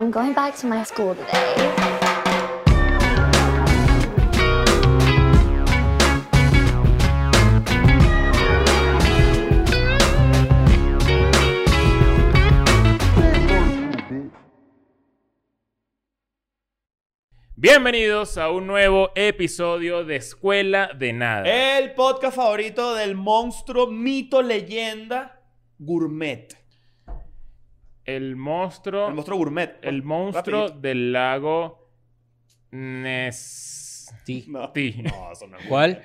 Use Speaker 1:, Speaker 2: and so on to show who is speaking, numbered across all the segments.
Speaker 1: I'm going back to my school today.
Speaker 2: Bienvenidos a un nuevo episodio de Escuela de Nada.
Speaker 3: El podcast favorito del monstruo, mito, leyenda, gourmet.
Speaker 2: El monstruo.
Speaker 3: El monstruo gourmet.
Speaker 2: el monstruo
Speaker 3: Rapidito.
Speaker 2: del lago Nesti.
Speaker 4: Sí.
Speaker 3: No.
Speaker 2: Ti.
Speaker 3: No, eso no es gourmet.
Speaker 4: ¿Cuál?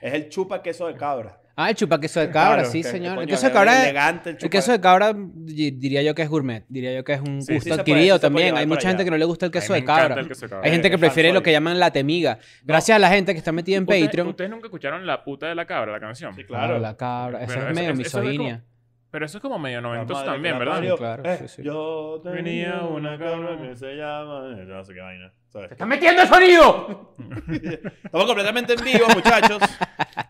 Speaker 3: Es el chupa queso de cabra.
Speaker 4: Ah, el chupaqueso de cabra,
Speaker 3: Claro,
Speaker 4: sí,
Speaker 3: que-
Speaker 4: señor.
Speaker 3: coño,
Speaker 4: el queso de
Speaker 3: es
Speaker 4: cabra.
Speaker 3: elegante el
Speaker 4: el
Speaker 3: chupa-
Speaker 4: queso de cabra di- diría yo que es gourmet. Diría yo que es un
Speaker 2: Sí, sí
Speaker 4: gusto
Speaker 3: se puede,
Speaker 4: adquirido
Speaker 3: sí se puede
Speaker 4: también.
Speaker 3: llevar
Speaker 4: Hay
Speaker 3: para
Speaker 4: mucha gente
Speaker 3: allá.
Speaker 4: que no le gusta el
Speaker 2: A mí
Speaker 4: queso
Speaker 2: me
Speaker 4: de cabra.
Speaker 2: encanta el queso de cabra.
Speaker 4: Hay gente que
Speaker 3: Es fan
Speaker 4: prefiere lo
Speaker 3: soy.
Speaker 4: que llaman la temiga. Gracias a la gente que está metida en
Speaker 2: ¿Ustedes-
Speaker 4: Patreon.
Speaker 2: ¿Ustedes nunca escucharon La puta de la cabra, la canción?
Speaker 3: Sí,
Speaker 4: Claro.
Speaker 3: claro.
Speaker 4: la cabra. Esa
Speaker 2: Pero
Speaker 4: es
Speaker 2: eso-
Speaker 4: medio
Speaker 2: eso- eso es como-
Speaker 4: misoginia.
Speaker 2: Pero eso es como medio
Speaker 3: La
Speaker 2: noventoso
Speaker 3: madre que
Speaker 2: también,
Speaker 3: la
Speaker 2: ¿verdad?
Speaker 3: parió.
Speaker 4: Sí, claro, sí, sí.
Speaker 3: Yo tenía
Speaker 2: Tenía
Speaker 3: una
Speaker 2: una
Speaker 3: cabra
Speaker 2: cabra.
Speaker 3: que se llama. eh, Yo No sé qué vaina. ¿sabes?
Speaker 2: ¡Estás metiendo el sonido!
Speaker 3: Estamos completamente en vivo, muchachos.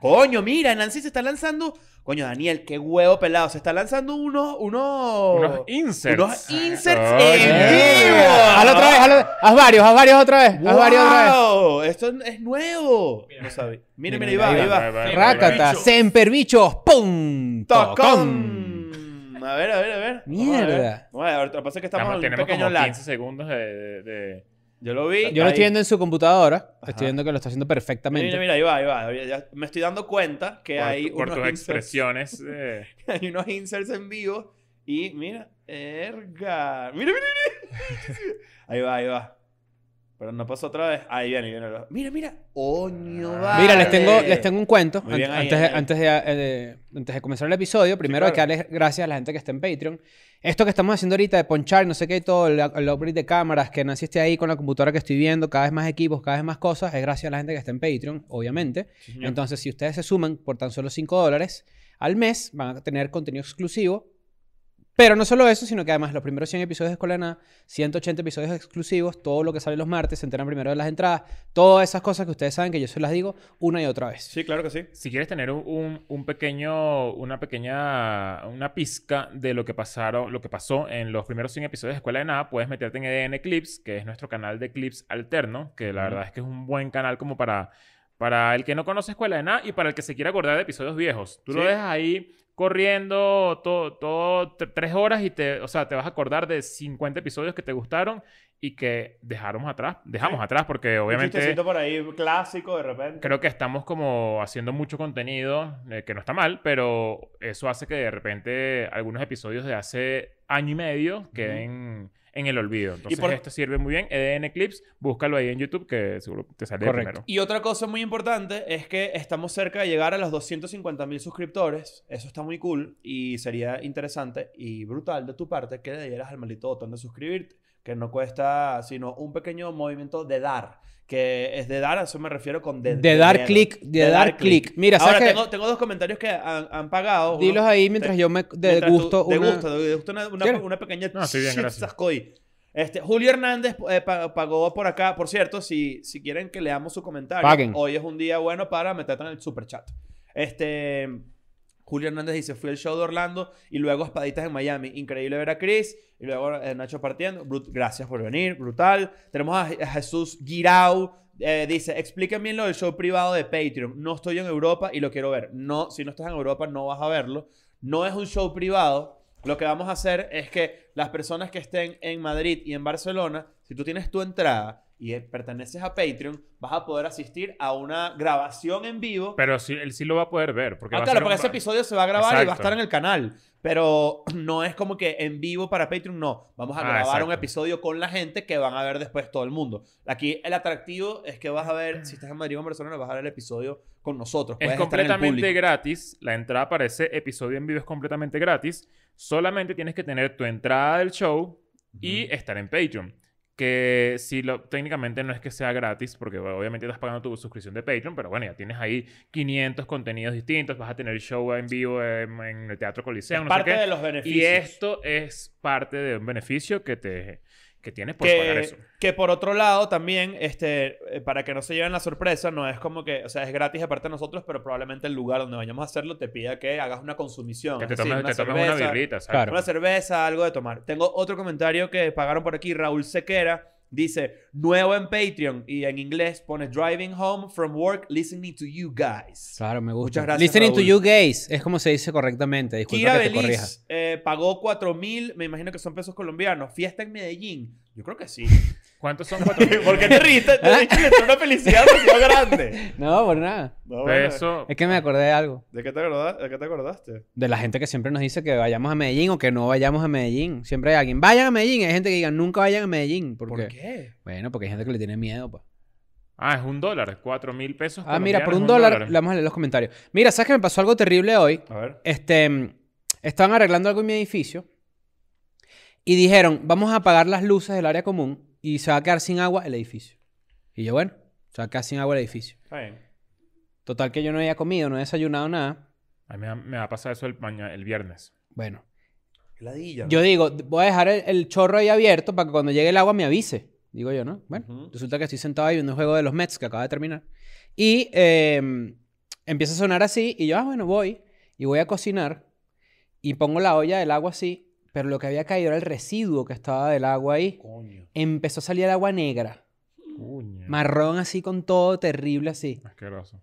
Speaker 3: Coño, mira, Nancy se está lanzando. Coño, Daniel, qué huevo pelado. Se está lanzando unos. Unos,
Speaker 2: Unos inserts.
Speaker 3: Oh. unos inserts
Speaker 2: Coño.
Speaker 4: Eh.
Speaker 3: en vivo.
Speaker 4: Hazlo otra vez, hazlo- haz varios, haz varios otra vez. Haz varios otra vez.
Speaker 3: ¡Wow! Esto es nuevo. No sabía. Mira, mira, ahí va, ahí va.
Speaker 2: va, ahí va.
Speaker 4: Rácata,
Speaker 3: Bicho.
Speaker 4: semperbichos, pum, tocón.
Speaker 3: ¡Tocón! A ver, a ver, a ver.
Speaker 4: Mierda.
Speaker 3: Bueno, ahorita lo que pasa es que estamos
Speaker 2: Estamos-
Speaker 3: en un
Speaker 2: tenemos
Speaker 3: pequeño
Speaker 2: como
Speaker 3: lag.
Speaker 2: 15 segundos de... de- de-
Speaker 3: Yo lo vi.
Speaker 4: Yo lo
Speaker 3: ahí.
Speaker 4: estoy viendo en su computadora.
Speaker 3: Ajá.
Speaker 4: Estoy viendo que lo está haciendo
Speaker 3: Mira,
Speaker 4: perfectamente.
Speaker 3: mira, mira, ahí va, ahí va. Ya- ya me estoy dando cuenta que
Speaker 2: por
Speaker 3: hay,
Speaker 2: tu- por tus
Speaker 3: unos inserts,
Speaker 2: expresiones. eh,
Speaker 3: hay unos inserts en vivo. Y mira, erga. Mira, mira, mira. ahí va, ahí va. Pero no pasó otra vez. Ahí viene, ahí viene. Mira, mira. Oño, vale.
Speaker 4: Mira, les tengo, les tengo un cuento.
Speaker 3: Muy bien
Speaker 4: Ant-
Speaker 3: ahí,
Speaker 4: antes, de,
Speaker 3: ahí.
Speaker 4: antes, de, eh, de- antes de comenzar el episodio, primero hay
Speaker 3: claro.
Speaker 4: que darles gracias a la gente que está en Patreon. Esto que estamos haciendo ahorita de ponchar, no sé qué, y todo el, el upgrade de cámaras, que Nancy esté ahí con la computadora que estoy viendo, cada vez más equipos, cada vez más cosas, es gracias a la gente que está en Patreon, obviamente. Entonces, si ustedes se suman por tan solo 5 dólares al mes, van a tener contenido exclusivo. Pero no solo eso, sino que además los primeros 100 episodios de Escuela de Nada, 180 episodios exclusivos, todo lo que sale los martes, se enteran primero de las entradas, todas esas cosas que ustedes saben que yo se las digo una y otra vez.
Speaker 3: Sí, claro que sí.
Speaker 2: Si quieres tener un- un, un pequeño, una pequeña, una pizca de lo que pasaron, lo que pasó en los primeros 100 episodios de Escuela de Nada, puedes meterte en EDN Clips, que es nuestro canal de clips alterno, que la
Speaker 3: Ujú.
Speaker 2: verdad es que es un buen canal como para, para el que no conoce Escuela de Nada y para el que se quiera acordar de episodios viejos. Tú lo
Speaker 3: Sí.
Speaker 2: dejas ahí corriendo todo, todo tre- tres horas y te, o sea, te vas a acordar de 50 episodios que te gustaron y que dejaron atrás, dejamos
Speaker 3: Sí.
Speaker 2: atrás porque
Speaker 3: Un
Speaker 2: obviamente
Speaker 3: chistecito por ahí clásico de repente.
Speaker 2: creo que estamos como haciendo mucho contenido, eh, que no está mal, pero eso hace que de repente algunos episodios de hace año y medio queden en el olvido. Entonces
Speaker 3: por-
Speaker 2: esto sirve muy bien. EDN Clips, búscalo ahí en YouTube que seguro te sale
Speaker 4: Correcto.
Speaker 2: primero.
Speaker 3: Y otra cosa muy importante es que estamos cerca de llegar a los 250 mil suscriptores. Eso está muy cool y sería interesante y brutal de tu parte que le dieras al maldito botón de suscribirte, que no cuesta sino un pequeño movimiento de dar, que es de dar, a eso me refiero con de,
Speaker 4: De dar clic, de dar clic. Mira, ¿sabes
Speaker 3: Ahora,
Speaker 4: qué?
Speaker 3: tengo, tengo dos comentarios que han, han pagado. Uno-
Speaker 4: Dilos ahí mientras yo me de
Speaker 3: Mientras
Speaker 4: gusto
Speaker 3: tú- de
Speaker 4: una-
Speaker 3: gusto, de gusto una, una-
Speaker 4: ¿Quieres?
Speaker 3: una pequeña
Speaker 2: No, estoy bien,
Speaker 3: chip
Speaker 2: gracias.
Speaker 3: sascoy. Este, Julio Hernández eh, pa- pagó por acá. Por cierto, si, si quieren que leamos su comentario,
Speaker 4: Paguen.
Speaker 3: hoy es un día bueno para meterte en el super chat. Este, Julio Hernández dice, fui al show de Orlando y luego Espaditas en Miami. Increíble ver a Chris y luego eh, Nacho partiendo. Brut- gracias por venir, brutal. Tenemos a, Je- a Jesús Guirao. eh, dice, explíquenme bien lo del show privado de Patreon. No estoy en Europa y lo quiero ver. No, si no estás en Europa no vas a verlo. No es un show privado. Lo que vamos a hacer es que las personas que estén en Madrid y en Barcelona, si tú tienes tu entrada y eh, perteneces a Patreon, vas a poder asistir a una grabación en vivo
Speaker 2: Pero sí, él sí lo va a poder ver. Porque
Speaker 3: Ah,
Speaker 2: va a
Speaker 3: claro,
Speaker 2: ser
Speaker 3: porque
Speaker 2: un-
Speaker 3: ese episodio se va a grabar y va a
Speaker 2: Exacto.
Speaker 3: estar en el canal. Pero no es como que en vivo para Patreon, no. Vamos a
Speaker 2: Ah,
Speaker 3: grabar
Speaker 2: exacto.
Speaker 3: un episodio con la gente que van a ver después todo el mundo. Aquí el atractivo es que vas a ver, si estás en Madrid o en Barcelona, vas a ver el episodio con nosotros.
Speaker 2: Es
Speaker 3: Puedes estar en el
Speaker 2: completamente
Speaker 3: público.
Speaker 2: gratis. La entrada para ese episodio en vivo es completamente gratis. Solamente tienes que tener tu entrada del show y estar en Patreon. Que si lo, técnicamente no es que sea gratis, porque obviamente estás pagando tu suscripción de Patreon, pero bueno, ya tienes ahí 500 contenidos distintos, vas a tener show en vivo en, en el Teatro Coliseo,
Speaker 3: Es
Speaker 2: no sé
Speaker 3: parte
Speaker 2: qué.
Speaker 3: de los
Speaker 2: Y
Speaker 3: beneficios.
Speaker 2: esto es parte de un beneficio que te, que tienes por pagar
Speaker 3: Que,
Speaker 2: eso.
Speaker 3: que por otro lado también, este, eh, para que no se lleven la sorpresa, no es como que, o sea, es gratis aparte de nosotros, pero probablemente el lugar donde vayamos a hacerlo te pida que hagas una consumición.
Speaker 2: Que
Speaker 3: es
Speaker 2: te
Speaker 3: decir,
Speaker 2: tomes, te
Speaker 3: una
Speaker 2: tomes una
Speaker 3: cerveza,
Speaker 2: birrita, ¿sabes?
Speaker 4: Claro.
Speaker 3: Una cerveza, algo de tomar. Tengo otro comentario que pagaron por aquí. Raúl Sequera dice, nuevo en Patreon y en inglés pone Driving Home from Work Listening to You Guys.
Speaker 4: Claro, me gusta.
Speaker 3: Muchas gracias,
Speaker 4: Listening
Speaker 3: Raúl.
Speaker 4: to you gays es como se dice correctamente. Disculpa
Speaker 3: Kira
Speaker 4: que te corrija.
Speaker 3: Belis eh, pagó 4 mil, me imagino que son pesos colombianos. Fiesta en Medellín. Yo creo que sí.
Speaker 2: ¿Cuántos son cuatro mil?
Speaker 3: ¿Por qué te ríes? Te he dicho que fue una felicidad demasiado grande.
Speaker 4: No, por nada.
Speaker 3: No, bueno.
Speaker 2: Peso.
Speaker 4: Es que me acordé de algo.
Speaker 3: ¿De qué, te acordaste? ¿De qué te acordaste?
Speaker 4: De la gente que siempre nos dice que vayamos a Medellín o que no vayamos a Medellín. Siempre hay alguien. Vayan a Medellín. Hay gente que diga nunca vayan a Medellín. ¿Por, qué?
Speaker 3: qué?
Speaker 4: Bueno, porque hay gente que le tiene miedo, pa.
Speaker 2: Ah, es un dólar. Cuatro mil pesos.
Speaker 4: Ah, mira, por
Speaker 2: colombianos,
Speaker 4: un dólar. Vamos a leer los comentarios. Mira, ¿sabes que me pasó algo terrible hoy?
Speaker 3: A ver.
Speaker 4: Este, mm, estaban arreglando algo en mi edificio y dijeron, vamos a apagar las luces del área común y se va a quedar sin agua el edificio. Y yo, bueno, se va a quedar sin agua el edificio.
Speaker 3: Está bien.
Speaker 4: Total que yo no había comido, no he desayunado nada.
Speaker 2: A mí me va- me va a pasar eso el, maña- el viernes.
Speaker 4: Bueno,
Speaker 3: Ladilla.
Speaker 4: yo digo, voy a dejar el, el chorro ahí abierto para que cuando llegue el agua me avise. Digo yo, ¿no? Bueno,
Speaker 3: Ujú.
Speaker 4: resulta que estoy sentado ahí viendo un juego de los Mets que acaba de terminar. Y eh, empieza a sonar así y yo, ah, bueno, voy y voy a cocinar y pongo la olla del agua así, pero lo que había caído era el residuo que estaba del agua ahí.
Speaker 3: Coño.
Speaker 4: Empezó a salir el agua negra,
Speaker 2: Coño.
Speaker 4: marrón así con todo, terrible así.
Speaker 2: Asqueroso.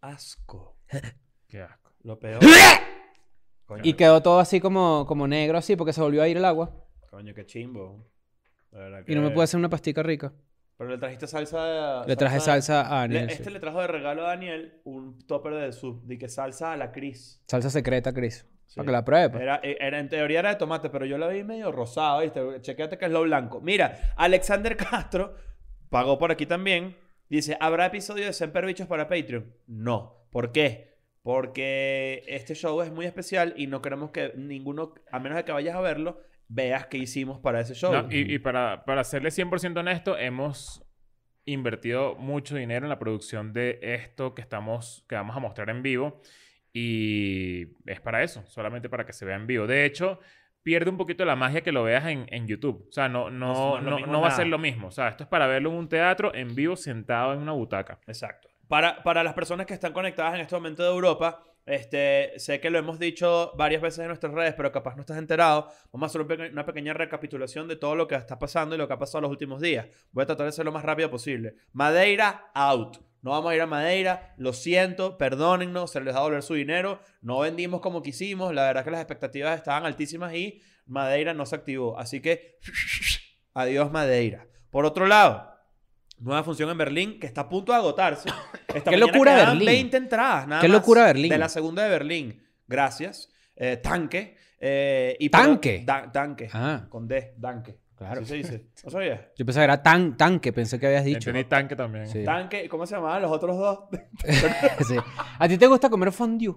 Speaker 3: Asco.
Speaker 2: Qué asco.
Speaker 3: Lo peor. Coño,
Speaker 4: Y quedó todo así como, como negro así porque se volvió a ir el agua.
Speaker 3: coño, qué chimbo. La verdad
Speaker 4: Y no me
Speaker 3: que-
Speaker 4: pude hacer una pastica rica.
Speaker 3: Pero le trajiste salsa.
Speaker 4: Le traje salsa a
Speaker 3: Le-
Speaker 4: Daniel. sí.
Speaker 3: este le trajo de regalo a Daniel un topper de su de que salsa a la Cris.
Speaker 4: Salsa secreta, Chris.
Speaker 3: Sí.
Speaker 4: Para que la pruebe. pues.
Speaker 3: Era, e, era, en teoría era de tomate, pero yo la vi medio rosada, ¿viste? Chequéate que es lo blanco. Mira, Alexander Castro pagó por aquí también. Dice, ¿habrá episodio de Semper Bichos para Patreon? No. ¿Por qué? Porque este show es muy especial y no queremos que ninguno, a menos de que vayas a verlo, veas qué hicimos para ese show.
Speaker 2: No, y y para, para serle 100% honesto, hemos invertido mucho dinero en la producción de esto que, estamos, que vamos a mostrar en vivo. Y es para eso, solamente para que se vea en vivo. De hecho, pierde un poquito la magia que lo veas en, en YouTube. O sea, no, no,
Speaker 3: No es lo
Speaker 2: no,
Speaker 3: mismo
Speaker 2: no va a
Speaker 3: nada.
Speaker 2: ser lo mismo. O sea, esto es para verlo en un teatro en vivo sentado en una butaca.
Speaker 3: Exacto. Para, para las personas que están conectadas en este momento de Europa, este, sé que lo hemos dicho varias veces en nuestras redes, pero capaz no estás enterado. Vamos a hacer un peque- una pequeña recapitulación de todo lo que está pasando y lo que ha pasado los últimos días. Voy a tratar de hacer lo más rápido posible. Madeira, out. No vamos a ir a Madeira, lo siento, perdónennos, se les va a devolver su dinero. No vendimos como quisimos, la verdad es que las expectativas estaban altísimas y Madeira no se activó. Así que, adiós Madeira. Por otro lado, nueva función en Berlín que está a punto de agotarse. Esta
Speaker 4: Qué
Speaker 3: mañana
Speaker 4: locura
Speaker 3: quedaban
Speaker 4: Berlín.
Speaker 3: 20 entradas, nada
Speaker 4: Qué
Speaker 3: más,
Speaker 4: locura Berlín.
Speaker 3: De la segunda de Berlín. Gracias. Eh, tanque. eh, y
Speaker 4: ¿Tanque?
Speaker 3: Da- tanque.
Speaker 4: Ah,
Speaker 3: Con D, tanque.
Speaker 4: Claro.
Speaker 3: Así se dice. ¿No sabías?
Speaker 4: yo pensaba que era tan, tanque, pensé que habías dicho.
Speaker 2: Entendí tanque también.
Speaker 4: Sí.
Speaker 3: Tanque, ¿cómo se llamaban los otros dos?
Speaker 4: Sí. ¿A ti te gusta comer fondue?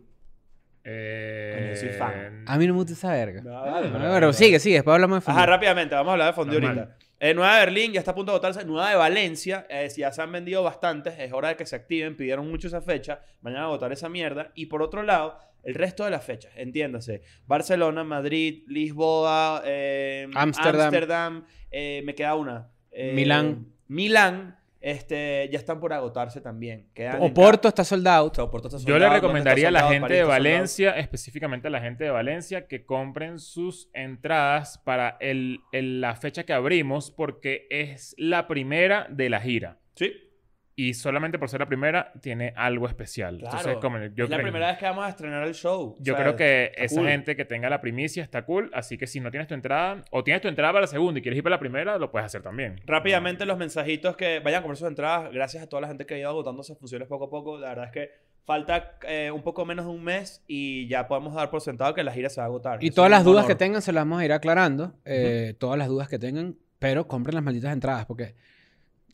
Speaker 2: Eh,
Speaker 3: Coño, soy fan.
Speaker 4: A mí no me gusta esa verga.
Speaker 3: No,
Speaker 4: Ah,
Speaker 3: vale,
Speaker 4: bueno,
Speaker 3: vale.
Speaker 4: sigue, sigue, después hablamos de fondue.
Speaker 3: Ajá, rápidamente, vamos a hablar de fondue
Speaker 2: Normal.
Speaker 3: ahorita. Eh, Nueva de Berlín ya está a punto de votarse. Nueva de Valencia, eh, si ya se han vendido bastantes, es hora de que se activen. Pidieron mucho esa fecha. Mañana a votar esa mierda. Y por otro lado, el resto de las fechas, entiéndase. Barcelona, Madrid, Lisboa, eh,
Speaker 4: Ámsterdam.
Speaker 3: Ámsterdam, eh, me queda una. Eh,
Speaker 4: Milán.
Speaker 3: Milán, este, ya están por agotarse también. Quedan en-
Speaker 4: Oporto está sold out.
Speaker 3: Sao Porto está
Speaker 2: Yo
Speaker 3: soldado,
Speaker 2: le
Speaker 3: Londres está
Speaker 2: recomendaría a la
Speaker 3: soldado,
Speaker 2: gente
Speaker 3: París
Speaker 2: de
Speaker 3: está soldado.
Speaker 2: Valencia, específicamente a la gente de Valencia, que compren sus entradas para el, el- la fecha que abrimos, porque es la primera de la gira.
Speaker 3: Sí.
Speaker 2: Y solamente por ser la primera, tiene algo especial.
Speaker 3: Claro.
Speaker 2: Entonces, como yo
Speaker 3: es la
Speaker 2: creo-
Speaker 3: primera vez que vamos a estrenar el show.
Speaker 2: Yo
Speaker 3: O sea,
Speaker 2: creo que
Speaker 3: está
Speaker 2: esa
Speaker 3: cool.
Speaker 2: gente que tenga la primicia está cool. Así que si no tienes tu entrada, o tienes tu entrada para la segunda y quieres ir para la primera, lo puedes hacer también.
Speaker 3: Rápidamente los mensajitos que vayan a comprar sus entradas. Gracias a toda la gente que ha ido agotando sus funciones poco a poco. La verdad es que falta eh, un poco menos de un mes y ya podemos dar por sentado que la gira se va a agotar.
Speaker 4: Y
Speaker 3: Eso
Speaker 4: todas
Speaker 3: es
Speaker 4: las
Speaker 3: un
Speaker 4: dudas que
Speaker 3: honor.
Speaker 4: tengan se las vamos a ir aclarando. eh, Todas las dudas que tengan, pero compren las malditas entradas porque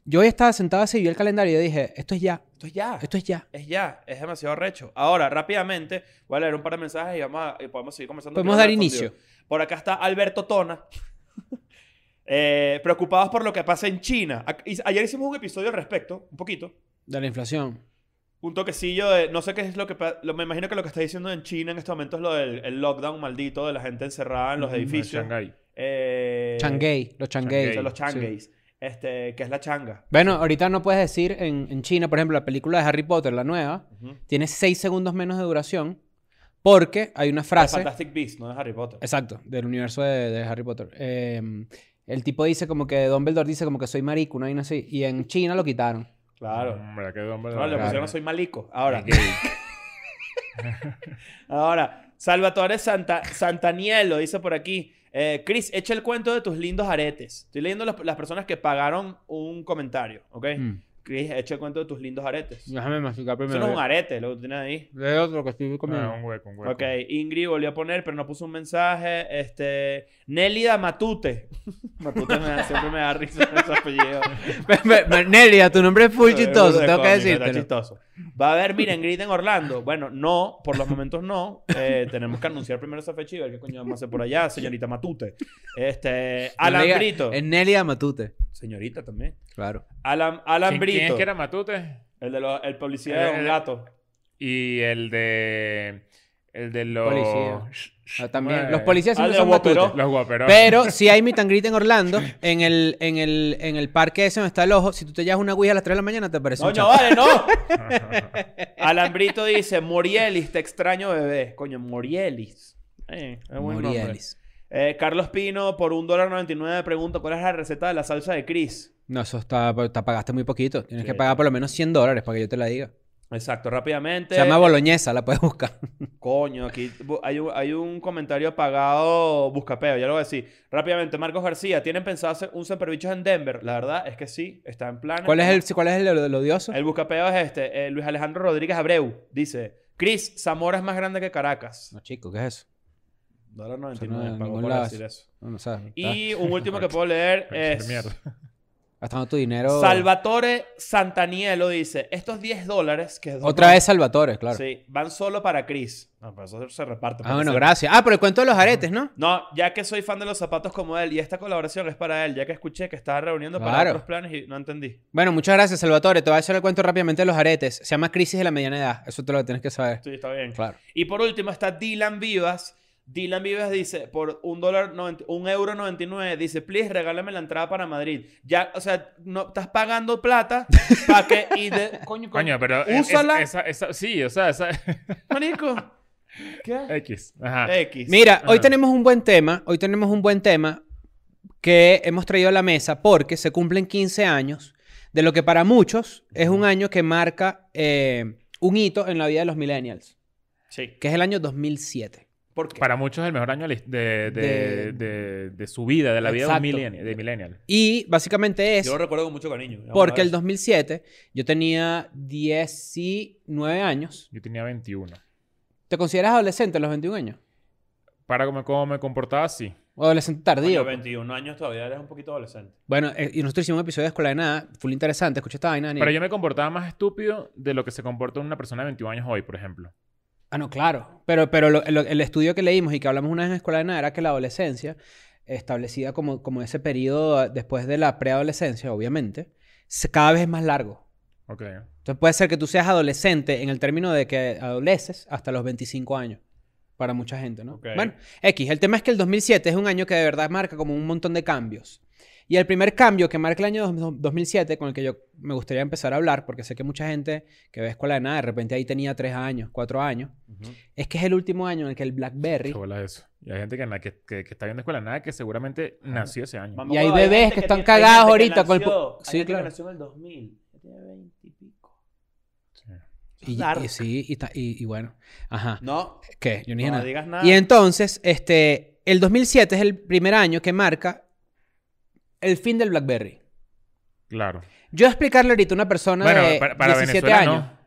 Speaker 4: yo hoy estaba sentado así y vi el calendario y dije, esto es ya,
Speaker 3: Esto es ya.
Speaker 4: esto es ya.
Speaker 3: Es ya. Es demasiado recho. Ahora, rápidamente, voy a leer un par de mensajes y, vamos a- y podemos seguir conversando.
Speaker 4: Podemos
Speaker 3: Quiero
Speaker 4: dar
Speaker 3: hablar
Speaker 4: inicio.
Speaker 3: contigo. Por acá está Alberto Tona. Eh, preocupados por lo que pasa en China. A- y- Ayer hicimos un episodio al respecto, un poquito.
Speaker 4: De la inflación.
Speaker 3: un toquecillo de. No sé qué es lo que. pa- lo- me imagino que lo que está diciendo en China en este momento es lo del el lockdown maldito de la gente encerrada en los
Speaker 2: Ujú,
Speaker 3: edificios.
Speaker 2: Shanghái.
Speaker 3: Eh,
Speaker 4: Changuey, los
Speaker 3: o
Speaker 4: changuey.
Speaker 3: sea, los
Speaker 4: sí.
Speaker 3: changueis. Este, que es la changa.
Speaker 4: Bueno, ahorita no puedes decir en, en China, por ejemplo, la película de Harry Potter, la nueva,
Speaker 3: Ujú.
Speaker 4: tiene 6 segundos menos de duración porque hay una
Speaker 3: De
Speaker 4: frase.
Speaker 3: Fantastic Beasts, no de Harry Potter.
Speaker 4: Exacto, del universo de, de Harry Potter. Eh, el tipo dice como que Dumbledore dice como que soy marico, una vaina así. Y en China lo quitaron.
Speaker 3: Claro.
Speaker 2: Hombre, qué hombre.
Speaker 3: No, le
Speaker 4: Claro.
Speaker 3: pusieron soy malico. Ahora,
Speaker 2: Gay.
Speaker 3: ahora. Salvatore Santa, Santanielo dice por aquí. eh, Chris, echa el cuento de tus lindos aretes. Estoy leyendo las, las personas que pagaron un comentario, ¿ok?
Speaker 4: Mm.
Speaker 3: Chris, echa el cuento de tus lindos aretes.
Speaker 4: Déjame masticar
Speaker 3: Eso
Speaker 4: primero.
Speaker 3: no es un arete, lo que tienes ahí.
Speaker 4: Lee otro que estoy comiendo.
Speaker 2: Ah, un hueco, un hueco.
Speaker 3: Ok, Ingrid volvió a poner, pero no puso un mensaje. Este, Nélida Matute. Matute me da- siempre me da risa ese apellido.
Speaker 4: Me- me- Nelia, tu nombre es full chistoso,
Speaker 3: Eh, De
Speaker 4: tengo
Speaker 3: cómico,
Speaker 4: que
Speaker 3: Está
Speaker 4: decírtelo.
Speaker 3: chistoso. Va a haber, miren, Ingrid en Orlando. Bueno, no, por los momentos no. Eh, tenemos que anunciar primero esa fecha y ver qué coño vamos a hacer por allá, señorita Matute. Este, Alambrito.
Speaker 4: Es Nelia Matute.
Speaker 3: Señorita también.
Speaker 4: Claro.
Speaker 3: Alam,
Speaker 2: ¿Quién, quién es
Speaker 3: Alambrito.
Speaker 2: que era Matute?
Speaker 3: El de los, el policía de
Speaker 2: Eh,
Speaker 3: un
Speaker 2: eh,
Speaker 3: gato.
Speaker 2: Y el de. El de los.
Speaker 4: Policía. Ah, también.
Speaker 2: Bueno.
Speaker 4: Los policías
Speaker 3: Ah,
Speaker 4: siempre
Speaker 3: de
Speaker 4: son
Speaker 3: guaperó.
Speaker 4: Matute.
Speaker 2: Los guaperos.
Speaker 4: Pero si hay meet and greet en Orlando, en el, en el, en el parque ese donde está el ojo, si tú te llevas una Ouija a las 3 de la mañana, te aparece un
Speaker 3: Coño,
Speaker 4: chamo.
Speaker 3: vale, no. Alambrito dice, Morielis, te extraño bebé. Coño, Morielis. Eh, es buen nombre.
Speaker 4: Morielis.
Speaker 3: Eh, Carlos Pino, por un dólar noventa y nueve, pregunta, ¿cuál es la receta de la salsa de Cris?
Speaker 4: No, eso está, te pagaste muy poquito. Tienes
Speaker 3: Sí.
Speaker 4: que pagar por lo menos 100 dólares para que yo te la diga.
Speaker 3: Exacto, rápidamente.
Speaker 4: Se llama boloñesa, la puedes buscar.
Speaker 3: Coño, aquí bu- hay un, hay un comentario apagado buscapeo, ya lo voy a decir. Rápidamente, Marcos García, ¿tienen pensado hacer un semperbichos en Denver? La verdad es que sí, está en plan.
Speaker 4: ¿Cuál es el, cuál es el, el odioso?
Speaker 3: El buscapeo es este. eh, Luis Alejandro Rodríguez Abreu dice, Cris, Zamora es más grande que Caracas.
Speaker 4: No, chico, ¿qué es eso?
Speaker 3: Dólar
Speaker 4: Eso
Speaker 3: 99,
Speaker 4: no es
Speaker 3: pagó
Speaker 4: ningún
Speaker 3: por
Speaker 4: lado
Speaker 3: decir eso.
Speaker 4: No, no sabes. Estás
Speaker 3: Y un último que puedo leer
Speaker 2: Pinche
Speaker 3: es...
Speaker 2: mierda.
Speaker 4: Gastando tu dinero.
Speaker 3: Salvatore Santanielo dice, estos 10 dólares que...
Speaker 4: Otra vez Salvatore, claro.
Speaker 3: Sí, van solo para Chris. No, pero eso se reparte.
Speaker 4: Ah, bueno, gracias. Ah, por el cuento de los aretes, ¿no?
Speaker 3: No, ya que soy fan de los zapatos como él y esta colaboración es para él, ya que escuché que estaba reuniendo para
Speaker 4: Claro.
Speaker 3: otros planes y no entendí.
Speaker 4: Bueno, muchas gracias, Salvatore. Te voy a hacer el cuento rápidamente de los aretes. Se llama Crisis de la Mediana Edad. Eso te lo tienes que saber.
Speaker 3: Sí, está bien.
Speaker 4: Claro.
Speaker 3: Y por último está Dylan Vivas. Dylan Vivas dice, por un dólar, noventa- un euro noventa y nueve, dice, please, regálame la entrada para Madrid. Ya, o sea, no, estás pagando plata para que... Y de, coño,
Speaker 2: Coño, pero. es- es-
Speaker 3: Úsala.
Speaker 2: esa, esa, sí, o sea, esa.
Speaker 3: Marico. ¿Qué?
Speaker 2: X. Ajá.
Speaker 3: X.
Speaker 4: Mira, hoy
Speaker 2: Ajá.
Speaker 4: tenemos un buen tema. Hoy tenemos un buen tema que hemos traído a la mesa porque se cumplen 15 años de lo que para muchos es un año que marca eh, un hito en la vida de los millennials,
Speaker 3: Sí.
Speaker 4: que es el año 2007.
Speaker 3: ¿Por qué?
Speaker 2: Para muchos es el mejor año de, de, de,
Speaker 4: De-
Speaker 2: de- de su vida, de la vida de, un
Speaker 4: Exacto.
Speaker 2: millennial, de Millennial.
Speaker 4: Y básicamente es
Speaker 3: Yo lo recuerdo con mucho cariño.
Speaker 4: porque el 2007 yo tenía 19 años.
Speaker 2: Yo tenía 21.
Speaker 4: ¿Te consideras adolescente a los 21 años?
Speaker 2: Para cómo, cómo me comportaba, sí.
Speaker 4: O adolescente tardío.
Speaker 3: Coño, 21 años todavía eres un poquito adolescente.
Speaker 4: Bueno, eh, y nosotros hicimos un episodio de Escuela de Nada, full interesante, escucha esta vaina. Daniel.
Speaker 2: Pero yo me comportaba más estúpido de lo que se comporta una persona de 21 años hoy, por ejemplo.
Speaker 4: Ah, no, claro. Pero, pero lo- lo- el estudio que leímos y que hablamos una vez en Escuela de Nada era que la adolescencia, establecida como, como ese periodo ah, después de la preadolescencia, obviamente, se- cada vez es más largo.
Speaker 2: Ok.
Speaker 4: Entonces puede ser que tú seas adolescente en el término de que adoleces hasta los 25 años. Para mucha gente, ¿no?
Speaker 3: Ok.
Speaker 4: Bueno, X. El tema es que el 2007 es un año que de verdad marca como un montón de cambios. Y el primer cambio que marca el año dos- dos- 2007, con el que yo me gustaría empezar a hablar, porque sé que mucha gente que ve Escuela de Nada, de repente ahí tenía tres años, cuatro años, es que es el último año en el que el
Speaker 2: Qué
Speaker 4: BlackBerry...
Speaker 2: bola eso. Y hay gente que, na- que, que- que está viendo escuela de nada que seguramente nació ese año.
Speaker 4: Y hay bebés que están cagados ahorita con el pu- Sí,
Speaker 3: Sí, claro.
Speaker 4: claro.
Speaker 3: nació en el 2000. Ya Tiene 20 y pico.
Speaker 2: Sí.
Speaker 4: Y,
Speaker 3: Dark.
Speaker 4: y sí, y, ta- y- y bueno. Ajá.
Speaker 3: No,
Speaker 4: ¿Qué? Yo no dije
Speaker 3: no
Speaker 4: nada.
Speaker 3: digas nada.
Speaker 4: Y entonces, este, el 2007 es el primer año que marca el fin del BlackBerry.
Speaker 2: Claro.
Speaker 4: Yo explicarle ahorita a una persona
Speaker 2: Bueno,
Speaker 4: de
Speaker 2: para, para
Speaker 4: 17
Speaker 2: Venezuela
Speaker 4: años.
Speaker 2: no.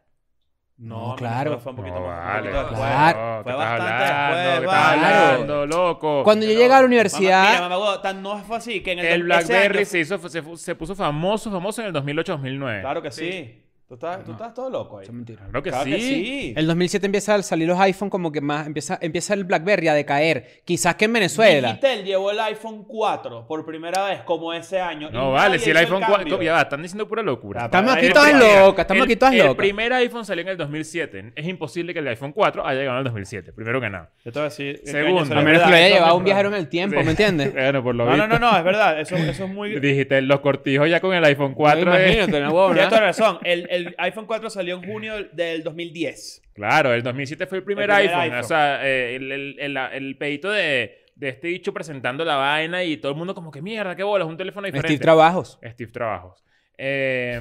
Speaker 4: No,
Speaker 3: Venezuela
Speaker 4: claro.
Speaker 3: Fue un
Speaker 2: No,
Speaker 3: poquito más. un
Speaker 2: vale.
Speaker 3: poquito después.
Speaker 4: Claro.
Speaker 2: No, ¿qué
Speaker 3: Fue
Speaker 2: estás
Speaker 3: bastante
Speaker 2: hablando? ¿Qué
Speaker 3: después,
Speaker 2: estás
Speaker 4: vale.
Speaker 2: hablando, loco?
Speaker 4: Cuando yo llegué a la universidad,
Speaker 3: Mira, mamá, huevo, tan no fue así que en el,
Speaker 2: El
Speaker 3: ese año-
Speaker 2: BlackBerry se, hizo, se, fu- se puso famoso, famoso en el 2008-2009.
Speaker 3: Claro que sí. Tú estás, tú
Speaker 4: No.
Speaker 3: estás todo loco ahí.
Speaker 4: Eso es mentira.
Speaker 2: Claro que
Speaker 3: Claro
Speaker 2: sí.
Speaker 3: que sí.
Speaker 4: El 2007 empieza a salir los iPhone como que más... Empieza, empieza el BlackBerry a decaer. Quizás que en Venezuela.
Speaker 3: Digitel llevó el iPhone 4 por primera vez como ese año.
Speaker 2: No, vale, si el iPhone 4. Ya
Speaker 3: va.
Speaker 2: va, están diciendo pura locura.
Speaker 4: Estamos
Speaker 3: Para
Speaker 4: aquí
Speaker 3: el
Speaker 4: todas
Speaker 3: primer-
Speaker 4: locas, estamos
Speaker 2: el,
Speaker 4: aquí todas
Speaker 2: el
Speaker 4: locas.
Speaker 2: primer iPhone salió en el 2007. Es imposible que el iPhone 4 haya llegado en el 2007. Primero que nada.
Speaker 3: Yo te voy a decir. en qué
Speaker 2: Segundo.
Speaker 3: año salió,
Speaker 4: A
Speaker 3: es
Speaker 4: menos que lo
Speaker 3: verdad,
Speaker 4: haya
Speaker 3: eso
Speaker 4: llevado
Speaker 3: es
Speaker 4: un
Speaker 3: verdad.
Speaker 4: viajero en el tiempo,
Speaker 2: Sí.
Speaker 4: ¿me entiendes?
Speaker 2: Bueno, por lo
Speaker 3: No, no,
Speaker 2: visto.
Speaker 3: no, no, es verdad. Eso, eso es muy.
Speaker 2: Dijiste, los cortijos ya con el iPhone 4. es-
Speaker 4: Imagínate, una huevona.
Speaker 3: Tienes toda la razón. El, el iPhone 4 salió en junio del- del 2010.
Speaker 2: Claro, el 2007 fue el primer,
Speaker 3: primer
Speaker 2: iPhone.
Speaker 3: iPhone.
Speaker 2: O sea, eh, el, el, el- la- el pedito de, de este bicho presentando la vaina y todo el mundo como que mierda, qué bolas, un teléfono diferente.
Speaker 4: Steve Trabajos.
Speaker 2: Steve Trabajos. Eh,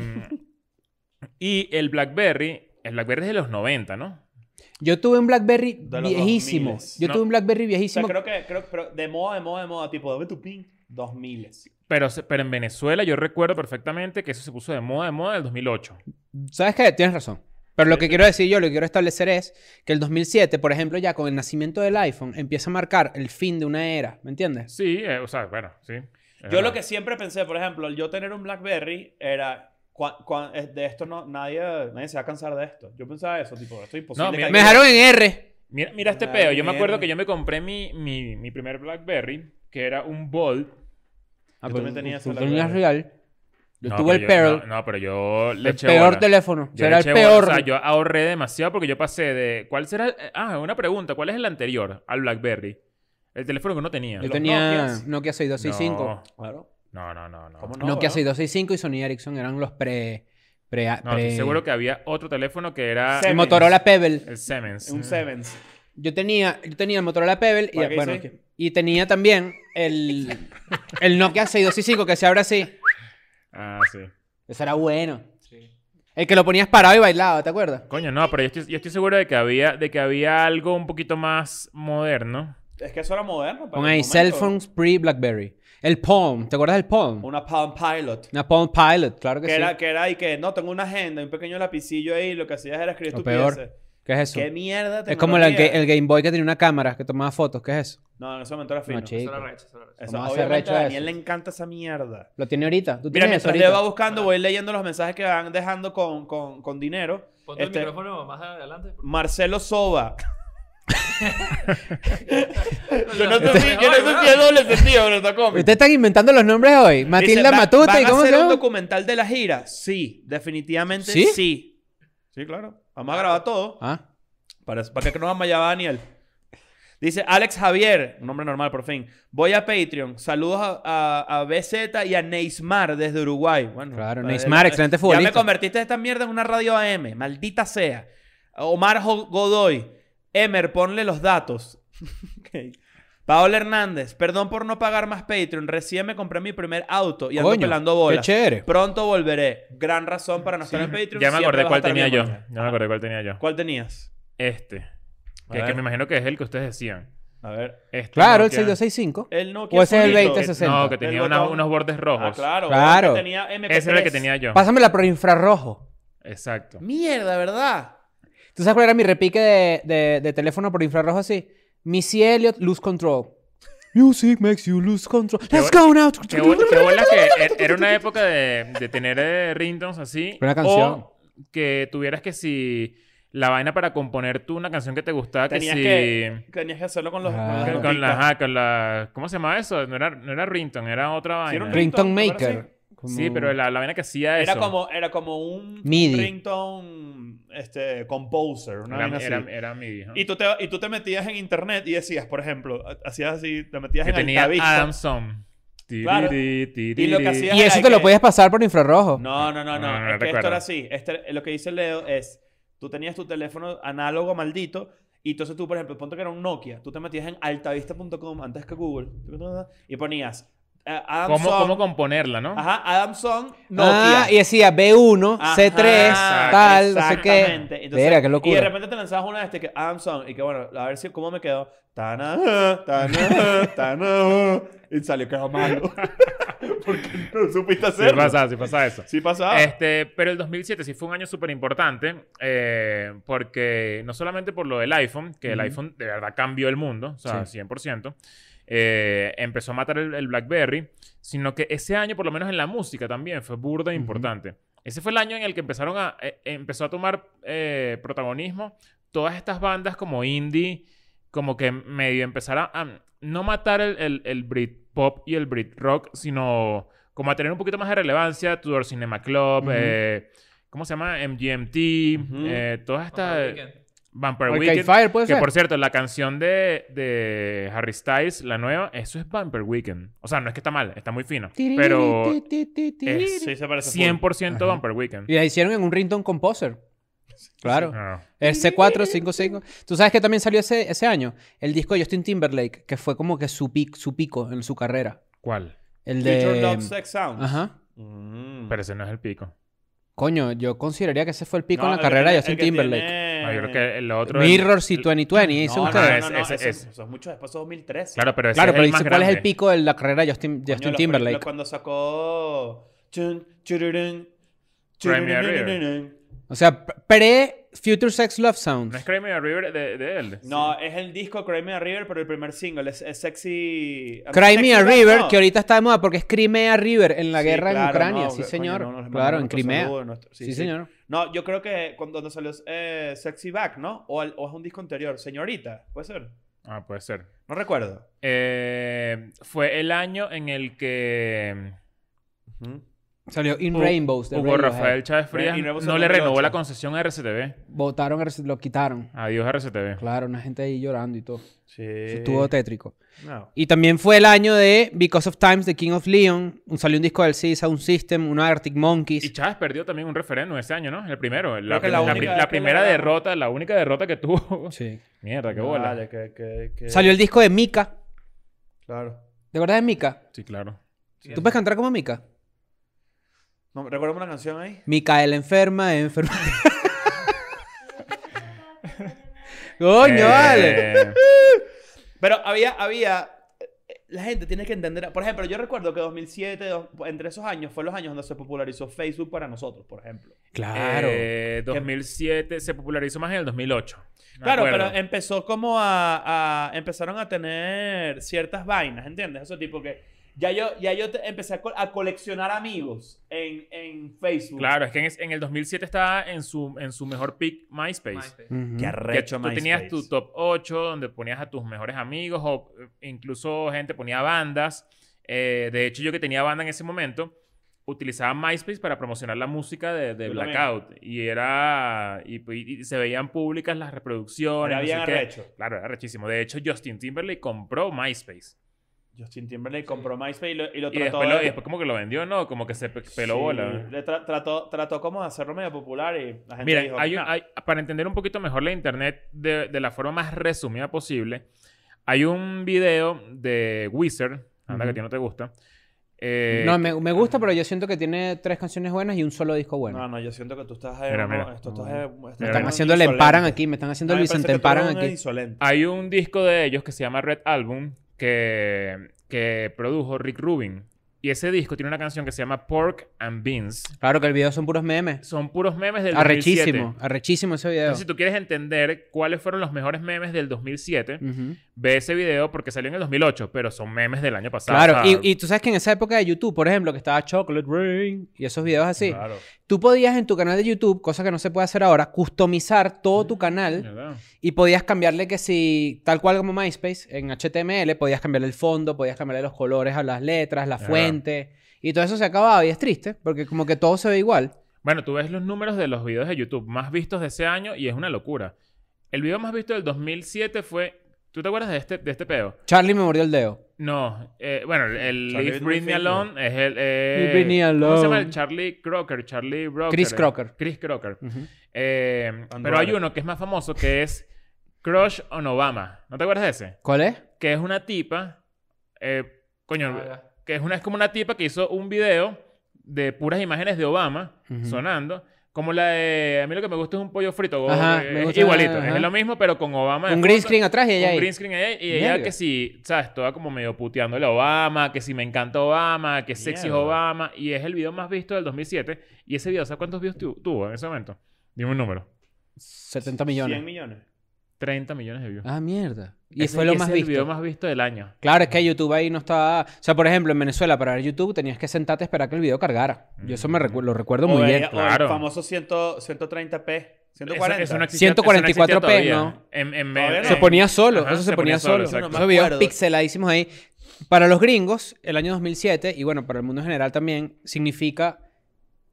Speaker 2: y el BlackBerry, el BlackBerry es de los 90, ¿no?
Speaker 4: Yo tuve un BlackBerry
Speaker 3: De los
Speaker 4: viejísimo.
Speaker 3: 2000s.
Speaker 4: Yo
Speaker 2: No.
Speaker 4: tuve un BlackBerry
Speaker 3: O sea,
Speaker 4: viejísimo.
Speaker 3: creo que. Creo, pero de moda, de moda, de moda. Tipo, dame tu pin. 2000.
Speaker 2: Pero, se- pero en Venezuela yo recuerdo perfectamente que eso se puso de moda, de moda en el 2008.
Speaker 4: ¿Sabes qué? Tienes razón. Pero lo que quiero decir yo, lo que quiero establecer es que el 2007, por ejemplo, ya con el nacimiento del iPhone, empieza a marcar el fin de una era. ¿Me entiendes?
Speaker 2: Sí, eh, o sea, bueno, sí. es
Speaker 3: Yo
Speaker 2: verdad.
Speaker 3: lo que siempre pensé, por ejemplo, el yo tener un BlackBerry era. cua- cua- eh, de esto no, nadie, nadie se va a cansar de esto. Yo pensaba eso, tipo, esto es imposible.
Speaker 2: No, mira,
Speaker 3: que
Speaker 4: Me
Speaker 3: alguien-
Speaker 4: dejaron en R.
Speaker 2: Mira, mira este
Speaker 3: Una
Speaker 2: pedo. Yo me
Speaker 3: mierda.
Speaker 2: acuerdo que yo me compré mi, mi, mi primer BlackBerry, que era un Bolt.
Speaker 4: Ah,
Speaker 3: Yo
Speaker 4: pero
Speaker 3: también tenía ese
Speaker 4: tú- tú tenías
Speaker 3: BlackBerry.
Speaker 4: real. Yo
Speaker 2: pues, No,
Speaker 4: tuve el
Speaker 2: pero
Speaker 4: Pearl.
Speaker 2: No, no, pero yo le
Speaker 4: el
Speaker 2: eché
Speaker 4: peor
Speaker 2: bola.
Speaker 4: teléfono.
Speaker 2: Yo le
Speaker 4: Será el
Speaker 2: eché bola.
Speaker 4: peor.
Speaker 2: O sea, yo ahorré demasiado porque yo pasé de. ¿Cuál será? el- Ah, una pregunta. ¿Cuál es el anterior al Blackberry? El teléfono que no tenía.
Speaker 4: Yo
Speaker 3: los
Speaker 4: tenía
Speaker 3: Nokias.
Speaker 4: Nokia 6265.
Speaker 3: Claro.
Speaker 2: No, no, no, no.
Speaker 3: ¿Cómo
Speaker 2: no?
Speaker 3: no,
Speaker 4: Nokia
Speaker 3: bro?
Speaker 4: 6265 y Sony Ericsson eran los pre... pre,
Speaker 2: No,
Speaker 4: pre-
Speaker 2: estoy seguro que había otro teléfono que era.
Speaker 3: Siemens.
Speaker 4: El Motorola Pebble.
Speaker 2: El Siemens.
Speaker 3: Un Sevens.
Speaker 4: Yo tenía, yo tenía el Motorola Pebble
Speaker 3: ¿Para
Speaker 4: y,
Speaker 3: qué
Speaker 4: bueno,
Speaker 3: dice?
Speaker 4: y tenía también el, el Nokia 6265 que se abre así.
Speaker 2: Ah, sí.
Speaker 4: Eso era bueno. El que lo ponías parado y bailaba, ¿te acuerdas?
Speaker 2: Coño, no, pero yo estoy, yo estoy seguro de que, había, de que había algo un poquito más moderno.
Speaker 3: Es que eso era moderno. para
Speaker 4: Con
Speaker 3: el
Speaker 4: ahí,
Speaker 3: momento.
Speaker 4: cell phones pre-Blackberry. El Palm, ¿te acuerdas del Palm?
Speaker 3: Una Palm Pilot.
Speaker 4: Una Palm Pilot, claro que,
Speaker 3: Que
Speaker 4: sí.
Speaker 3: era, que era y que no, tengo una agenda, un pequeño lapicillo ahí, lo que hacías era escribir
Speaker 4: Lo
Speaker 3: tu
Speaker 4: peor.
Speaker 3: pieza.
Speaker 4: ¿Qué es eso?
Speaker 3: ¿Qué mierda
Speaker 4: Es como la- el,
Speaker 3: tecnología?
Speaker 4: ga- el Game Boy que tenía una cámara que tomaba fotos, ¿qué es eso?
Speaker 3: No, en ese momento era fino.
Speaker 4: No, chico.
Speaker 5: Solo recho, solo recho.
Speaker 3: Eso,
Speaker 4: ¿Cómo va a ser
Speaker 3: obviamente
Speaker 4: recho
Speaker 3: a Daniel
Speaker 4: eso?
Speaker 3: le encanta esa mierda.
Speaker 4: Lo tiene ahorita. ¿Tú
Speaker 3: Mira,
Speaker 4: tienes eso
Speaker 3: mientras Leo va
Speaker 4: ahorita?
Speaker 3: buscando, voy leyendo los mensajes que van dejando con, con, con dinero.
Speaker 5: Ponte
Speaker 3: Este-
Speaker 5: el micrófono más adelante. por-
Speaker 3: Marcelo Soba. yo no
Speaker 5: Este-
Speaker 3: sé si yo no sé si es doble sentido, pero está cómico.
Speaker 4: Ustedes están inventando los nombres hoy.
Speaker 3: Dice,
Speaker 4: Matilda
Speaker 3: ¿va-
Speaker 4: Matuta y
Speaker 3: ¿van a
Speaker 4: cómo se
Speaker 3: hacer un
Speaker 4: llama.
Speaker 3: documental de la gira? Sí, definitivamente
Speaker 4: ¿Sí?
Speaker 3: sí. Sí, claro. Vamos a grabar todo.
Speaker 4: Ah.
Speaker 3: Para, para que no vamos allá, Daniel. Dice Alex Javier, un nombre normal por fin. Voy a Patreon. Saludos a, a- a BZ y a Neismar desde Uruguay. Bueno,
Speaker 4: Claro,
Speaker 3: eh,
Speaker 4: Neismar,
Speaker 3: eh,
Speaker 4: excelente
Speaker 3: Ya
Speaker 4: futbolista.
Speaker 3: me convertiste esta mierda en una radio AM, maldita sea. Omar Jo- Godoy, Emer, ponle los datos. Ok. Paola Hernández, perdón por no pagar más Patreon. Recién me compré mi primer auto y ando
Speaker 4: Coño,
Speaker 3: pelando bolas.
Speaker 4: Qué chévere.
Speaker 3: Pronto volveré. Gran razón para no estar en Patreon.
Speaker 2: Ya me
Speaker 3: Siempre vas
Speaker 2: acordé
Speaker 3: a
Speaker 2: cuál
Speaker 3: estar
Speaker 2: tenía yo.
Speaker 3: bien,
Speaker 2: Ya
Speaker 3: Moña.
Speaker 2: me acordé cuál tenía yo.
Speaker 3: ¿Cuál tenías?
Speaker 2: Este.
Speaker 3: A
Speaker 2: Que, que
Speaker 3: ver.
Speaker 2: me imagino que es el que ustedes decían.
Speaker 3: A ver.
Speaker 2: Este
Speaker 4: Claro, el
Speaker 2: Nokia-
Speaker 4: 6265.
Speaker 3: El Nokia
Speaker 4: O ese es el
Speaker 3: Fulito.
Speaker 4: 20, ese es el-
Speaker 2: No, que
Speaker 4: 60.
Speaker 2: tenía
Speaker 3: El
Speaker 2: una-
Speaker 3: botón.
Speaker 2: unos bordes rojos.
Speaker 3: Ah, claro.
Speaker 4: Claro.
Speaker 3: el que tenía MP3.
Speaker 2: Ese era el que tenía yo.
Speaker 4: Pásamela por infrarrojo.
Speaker 2: Exacto.
Speaker 4: Mm.
Speaker 3: Mierda, ¿verdad?
Speaker 4: ¿Tú sabes cuál era mi repique de, de- de teléfono por infrarrojo así? Missy Elliott, Lose Control. Music makes you lose control. Let's
Speaker 2: bu-
Speaker 4: go now.
Speaker 2: Qué bol- qué bola que er- era una época de, de tener eh, ringtones así.
Speaker 4: Una canción.
Speaker 2: O que tuvieras que si la vaina para componer tú una canción que te gustaba, que
Speaker 3: Tenías
Speaker 2: si...
Speaker 3: que, tenías que hacerlo con los.
Speaker 2: Con,
Speaker 3: las
Speaker 4: Claro.
Speaker 2: con la,
Speaker 3: notitas.
Speaker 2: ajá, con la- ¿Cómo se llamaba eso? No era, no era ringtone, era otra
Speaker 3: Sí,
Speaker 2: vaina.
Speaker 3: era un
Speaker 4: Ringtone
Speaker 3: ringtone, ¿te parece?
Speaker 4: Maker. Como-
Speaker 2: Sí, pero la, la vaina que hacía eso.
Speaker 3: Era como, era como un
Speaker 4: MIDI.
Speaker 3: ringtone este, composer. Una
Speaker 2: Era,
Speaker 3: vaina así.
Speaker 2: era, era mi hija.
Speaker 3: Y tú, te, y tú te metías en internet y decías, por ejemplo, ha- hacías así, te metías
Speaker 2: Que
Speaker 3: en
Speaker 2: tenía
Speaker 3: Altavista.
Speaker 2: Adam Song.
Speaker 3: Claro.
Speaker 2: Y
Speaker 3: lo que hacía-
Speaker 4: Y eso te lo podías pasar por infrarrojo.
Speaker 3: No, no, no, no.
Speaker 2: No, no, no
Speaker 3: es que esto
Speaker 2: recuerdo.
Speaker 3: era así. Este- lo que dice Leo es, tú tenías tu teléfono análogo maldito y entonces tú, por ejemplo, ponte que era un Nokia. Tú te metías en altavista.com antes que Google y ponías eh, Adam
Speaker 2: ¿Cómo,
Speaker 3: Song.
Speaker 2: cómo componerla, no?
Speaker 3: Ajá, Adam Song, Nokia.
Speaker 4: Ah, y decía B1,
Speaker 3: Ajá,
Speaker 4: C3, tal, no sé
Speaker 3: exactamente.
Speaker 4: qué.
Speaker 3: Entonces,
Speaker 4: Mira,
Speaker 3: Y
Speaker 4: qué
Speaker 3: de
Speaker 4: locura.
Speaker 3: repente te lanzabas una de este que Adam Song y que bueno, a ver si cómo me quedó. Tana, tana, tana. Y salió quedó malo. Porque no supiste
Speaker 2: Sí
Speaker 3: hacerlo.
Speaker 2: pasa, sí pasa eso.
Speaker 3: Sí pasaba.
Speaker 2: Este, pero el 2007 sí fue un año súper importante eh, porque no solamente por lo del iPhone, que el
Speaker 4: Ujú.
Speaker 2: iPhone de verdad cambió el mundo, o sea,
Speaker 4: Sí.
Speaker 2: 100%, eh, empezó a matar el, el BlackBerry, sino que ese año, por lo menos en la música también, fue burda e
Speaker 4: Ujú.
Speaker 2: importante. Ese fue el año en el que empezaron a, eh, empezó a tomar eh, protagonismo todas estas bandas como indie, como que medio empezaron a mm, no matar el, el, el Britpop y el Britrock, sino como a tener un poquito más de relevancia, Tudor Cinema Club,
Speaker 4: Ujú.
Speaker 2: eh, ¿cómo se llama? MGMT,
Speaker 3: Ujú.
Speaker 2: eh, todas
Speaker 5: Vampire
Speaker 2: estas...
Speaker 5: Weekend.
Speaker 2: Vampire
Speaker 4: Arcade
Speaker 2: Weekend.
Speaker 4: Fire puede
Speaker 2: Que
Speaker 4: ser.
Speaker 2: por cierto, la canción de, de Harry Styles, la nueva, eso es Bumper Weekend. O sea, no es que está mal, está muy fino. Pero
Speaker 4: Tiriri, ti, ti, ti,
Speaker 2: es
Speaker 4: tiriri.
Speaker 3: Sí, se parece. full.
Speaker 2: 100%
Speaker 4: Ajá.
Speaker 2: Bumper Weekend. Ah,
Speaker 4: Y la hicieron en un Ringtone Composer. Claro.
Speaker 2: No.
Speaker 4: El C4, 5, 5. Tú sabes que también salió ese, ese año el disco de Justin Timberlake, que fue como que su, pic- su pico en su carrera.
Speaker 2: ¿Cuál?
Speaker 4: El
Speaker 3: Future
Speaker 4: de.
Speaker 3: Love Sex Sound.
Speaker 4: Ajá.
Speaker 3: Mm.
Speaker 2: Pero ese no es el pico.
Speaker 4: Coño, yo consideraría que ese fue el pico
Speaker 3: No,
Speaker 4: en
Speaker 3: el
Speaker 4: la
Speaker 3: que
Speaker 4: carrera
Speaker 3: tiene-
Speaker 4: de Justin
Speaker 3: el que
Speaker 4: Timberlake.
Speaker 3: tiene-
Speaker 2: No, Ah, yo creo que el otro. el-
Speaker 4: Mirrors y
Speaker 2: el-
Speaker 4: 2020, dicen
Speaker 3: No, no,
Speaker 4: ustedes.
Speaker 2: no, ese-
Speaker 3: no, no,
Speaker 2: ese-
Speaker 3: eso-
Speaker 2: ese.
Speaker 3: eso es mucho después de 2013.
Speaker 2: Claro, pero ese
Speaker 4: Claro,
Speaker 2: es
Speaker 4: pero
Speaker 2: el más
Speaker 4: dice cuál es el
Speaker 2: grande.
Speaker 4: pico de la carrera de Justin,
Speaker 3: Coño,
Speaker 4: Justin
Speaker 3: la-
Speaker 4: Timberlake.
Speaker 3: la- Cuando sacó. Chun, chururun,
Speaker 2: Crimea
Speaker 3: chururun,
Speaker 2: River.
Speaker 3: chururun.
Speaker 4: O sea, pre-Future Sex Love
Speaker 2: No es
Speaker 4: Sounds.
Speaker 2: Cry Me a River de, de él.
Speaker 3: No, es el disco Cry Me a River, pero el primer single es, es Sexy. um,
Speaker 4: Cry Me a
Speaker 3: Sexy Red,
Speaker 4: River,
Speaker 3: no.
Speaker 4: que ahorita está de moda porque es Crimea River en la
Speaker 3: Sí,
Speaker 4: guerra en
Speaker 3: claro,
Speaker 4: Ucrania,
Speaker 3: no,
Speaker 4: sí
Speaker 3: coño,
Speaker 4: señor.
Speaker 3: no, nos
Speaker 4: claro,
Speaker 3: mandaron
Speaker 4: en
Speaker 3: nuestro
Speaker 4: Crimea.
Speaker 3: saludo, nuestro-
Speaker 4: sí, señor.
Speaker 3: No, yo creo que cuando cuando salió eh, Sexy Back, ¿no? O, al- o es un disco anterior, Señorita, puede ser.
Speaker 2: Ah, puede ser.
Speaker 3: No recuerdo.
Speaker 2: Eh, fue el año en el que
Speaker 3: ¿Mm?
Speaker 4: Salió In
Speaker 2: Hugo-
Speaker 4: Rainbows de
Speaker 2: Hugo
Speaker 4: Radiohead.
Speaker 2: Rafael Chávez Frías
Speaker 3: Y Rebus
Speaker 2: no
Speaker 3: en
Speaker 2: le
Speaker 3: 2008.
Speaker 2: renovó la concesión a RCTV.
Speaker 4: Votaron, RC lo quitaron.
Speaker 2: Adiós, RCTV.
Speaker 4: Claro, una gente ahí llorando y todo.
Speaker 3: Sí.
Speaker 4: Eso estuvo tétrico.
Speaker 3: No.
Speaker 4: Y también fue el año de Because of Times, The King of Leon. Un, salió un disco del Sea Sound System, una Arctic Monkeys.
Speaker 2: Y Chávez perdió también un referéndum ese año, ¿no? El primero. La,
Speaker 3: que
Speaker 2: prim-
Speaker 3: la
Speaker 2: la
Speaker 3: única
Speaker 2: pri-
Speaker 3: vez
Speaker 2: la
Speaker 3: que le
Speaker 2: primera
Speaker 3: ganaron.
Speaker 2: derrota, la única derrota que tuvo.
Speaker 4: Sí.
Speaker 2: Mierda, qué bola.
Speaker 3: Vale, que, que, que-
Speaker 4: Salió el disco de Mika.
Speaker 3: Claro.
Speaker 4: ¿Te acuerdas de Mika?
Speaker 2: Sí, claro.
Speaker 4: ¿Tú puedes cantar como Mika?
Speaker 3: No, ¿Recuerda una canción ahí?
Speaker 4: Micaela enferma, enferma. Coño, vale.
Speaker 2: Eh,
Speaker 3: Pero había, había. La gente tiene que entender. Por ejemplo, yo recuerdo que 2007, dos- entre esos años, fue los años donde se popularizó Facebook para nosotros, por ejemplo.
Speaker 4: Claro.
Speaker 2: eh, 2007 se popularizó más en el 2008. Me
Speaker 3: Claro,
Speaker 2: acuerdo.
Speaker 3: pero empezó como a, a- Empezaron a tener ciertas vainas, ¿entiendes? Eso tipo que. Ya yo, ya yo te- empecé a, co- a coleccionar amigos en, en Facebook.
Speaker 2: Claro, es que en, es- en el 2007 estaba en su, en su mejor pick MySpace.
Speaker 5: MySpace.
Speaker 4: Ujú.
Speaker 3: Qué
Speaker 2: Que
Speaker 3: arrecho,
Speaker 2: tú tenías tu
Speaker 3: MySpace.
Speaker 2: top 8 donde ponías a tus mejores amigos o eh, incluso gente ponía bandas. Eh, de hecho, yo que tenía banda en ese momento, utilizaba MySpace para promocionar la música de, de
Speaker 3: Yo también.
Speaker 2: Blackout. Y era... Y, pues, y- y se veían públicas las reproducciones.
Speaker 3: Era
Speaker 2: no sé
Speaker 3: bien
Speaker 2: qué.
Speaker 3: arrecho.
Speaker 2: Claro, era rechísimo. De hecho, Justin Timberlake compró MySpace.
Speaker 3: Justin Timberlake compró MySpace y lo, y lo
Speaker 2: Y
Speaker 3: trató
Speaker 2: después, lo-
Speaker 3: de-
Speaker 2: y después como que lo vendió, ¿no? Como que se pe- peló
Speaker 3: Sí,
Speaker 2: bola.
Speaker 3: Le tra- trató, trató como de hacerlo medio popular y la gente
Speaker 2: Mira,
Speaker 3: dijo,
Speaker 2: hay un-
Speaker 3: "Nah".
Speaker 2: hay- para entender un poquito mejor la internet de, de la forma más resumida posible, hay un video de Wizard, anda que a ti no te gusta. eh,
Speaker 4: No, me, me gusta, pero yo siento que tiene tres canciones buenas y un solo disco bueno.
Speaker 3: No, no, yo siento que tú estás...
Speaker 2: Mira,
Speaker 3: Mira,
Speaker 2: mira.
Speaker 3: Esto,
Speaker 4: No,
Speaker 3: estás, eh,
Speaker 4: bueno.
Speaker 3: estás
Speaker 4: me
Speaker 2: Pero
Speaker 4: están
Speaker 2: no,
Speaker 4: haciendo el
Speaker 3: insolente.
Speaker 4: emparan aquí, me están haciendo
Speaker 3: No,
Speaker 4: el
Speaker 3: me parece
Speaker 4: Vicente
Speaker 3: que tú eres
Speaker 4: emparan
Speaker 3: un
Speaker 4: aquí.
Speaker 3: insolente.
Speaker 2: Hay un disco de ellos que se llama Red Album que, que produjo Rick Rubin. Y ese disco tiene una canción que se llama Pork and Beans.
Speaker 4: Claro que el video son puros memes.
Speaker 2: Son puros memes del 2007.
Speaker 4: Arrechísimo, arrechísimo ese video.
Speaker 2: Entonces, si tú quieres entender cuáles fueron los mejores memes del 2007,
Speaker 4: Ujú.
Speaker 2: ve ese video porque salió en el 2008, pero son memes del año pasado.
Speaker 4: Claro,
Speaker 2: o sea,
Speaker 4: y, y tú sabes que en esa época de YouTube, por ejemplo, que estaba Chocolate Rain y esos videos así,
Speaker 3: Claro.
Speaker 4: tú podías en tu canal de YouTube, cosa que no se puede hacer ahora, customizar todo tu canal
Speaker 2: ¿verdad?
Speaker 4: y podías cambiarle que si, tal cual como MySpace, en HTML, podías cambiarle el fondo, podías cambiarle los colores a las letras, la
Speaker 2: Ajá.
Speaker 4: fuente, y todo eso se acababa y es triste, porque como que todo se ve igual.
Speaker 2: Bueno, tú ves los números de los videos de YouTube más vistos de ese año y es una locura. El video más visto del 2007 fue... ¿Tú te acuerdas de este, de este pedo?
Speaker 4: Charlie me mordió el dedo.
Speaker 2: No. eh, bueno, el
Speaker 3: Charlie
Speaker 2: Leave
Speaker 3: Britney
Speaker 2: Britney
Speaker 3: Spears.
Speaker 2: Alone es el... eh,
Speaker 4: Leave Britney
Speaker 2: ¿Cómo se
Speaker 4: Alone.
Speaker 2: llama? El Charlie Crocker. Charlie Broker.
Speaker 4: Chris
Speaker 2: eh,
Speaker 4: Crocker.
Speaker 2: Chris Crocker.
Speaker 4: Ujú.
Speaker 2: Eh,
Speaker 3: And
Speaker 2: pero hay
Speaker 3: Robert.
Speaker 2: uno que es más famoso que es Crush on Obama. ¿No te acuerdas de ese?
Speaker 4: ¿Cuál es?
Speaker 2: Que es una tipa... eh, coño,
Speaker 5: Ah, ya.
Speaker 2: que es, una, es como una tipa que hizo un video de puras imágenes de Obama
Speaker 4: Ujú.
Speaker 2: sonando. Como la de... A mí lo que me gusta es un pollo frito. o-
Speaker 4: Ajá,
Speaker 2: eh,
Speaker 4: me
Speaker 2: es
Speaker 4: gusta-
Speaker 2: igualito.
Speaker 4: ajá.
Speaker 2: Es lo mismo, pero con Obama. de
Speaker 4: Un green
Speaker 2: fondo,
Speaker 4: screen atrás y ella
Speaker 2: Un
Speaker 4: ahí.
Speaker 2: green screen ahí, Y ella
Speaker 4: Verga.
Speaker 2: que si... ¿Sabes? Toda como medio puteándole a Obama. Que si me encanta Obama. Que sexy es
Speaker 3: Mierda.
Speaker 2: Obama. Y es el video más visto del 2007. Y ese video, ¿sabes cuántos views tu- tuvo en ese momento? Dime un número.
Speaker 4: 70 millones.
Speaker 3: 100 millones.
Speaker 2: 30 millones de views.
Speaker 4: Ah, mierda. Y
Speaker 2: Ese-
Speaker 4: fue lo
Speaker 2: ese
Speaker 4: más
Speaker 2: es el video
Speaker 4: visto.
Speaker 2: más visto del año.
Speaker 4: Claro, es que YouTube ahí no está. O sea, por ejemplo, en Venezuela, para ver YouTube tenías que sentarte a esperar que el video cargara. Yo eso me recu- lo recuerdo muy
Speaker 3: O
Speaker 4: bien.
Speaker 3: el- o
Speaker 2: claro.
Speaker 3: El famoso 100 130p.
Speaker 2: Eso-
Speaker 3: 140.
Speaker 2: eso no existía- eso no
Speaker 4: 144p,
Speaker 2: existía
Speaker 4: ¿no?
Speaker 2: todavía. En, en-
Speaker 3: Todavía
Speaker 2: en-
Speaker 3: no.
Speaker 4: Se ponía solo,
Speaker 2: Ajá,
Speaker 4: eso se, ponía, solo.
Speaker 2: exacto.
Speaker 3: Eso no me
Speaker 4: Esos videos
Speaker 3: acuerdo.
Speaker 4: pixeladísimos ahí. Para los gringos, el año 2007, y bueno, para el mundo en general también, significa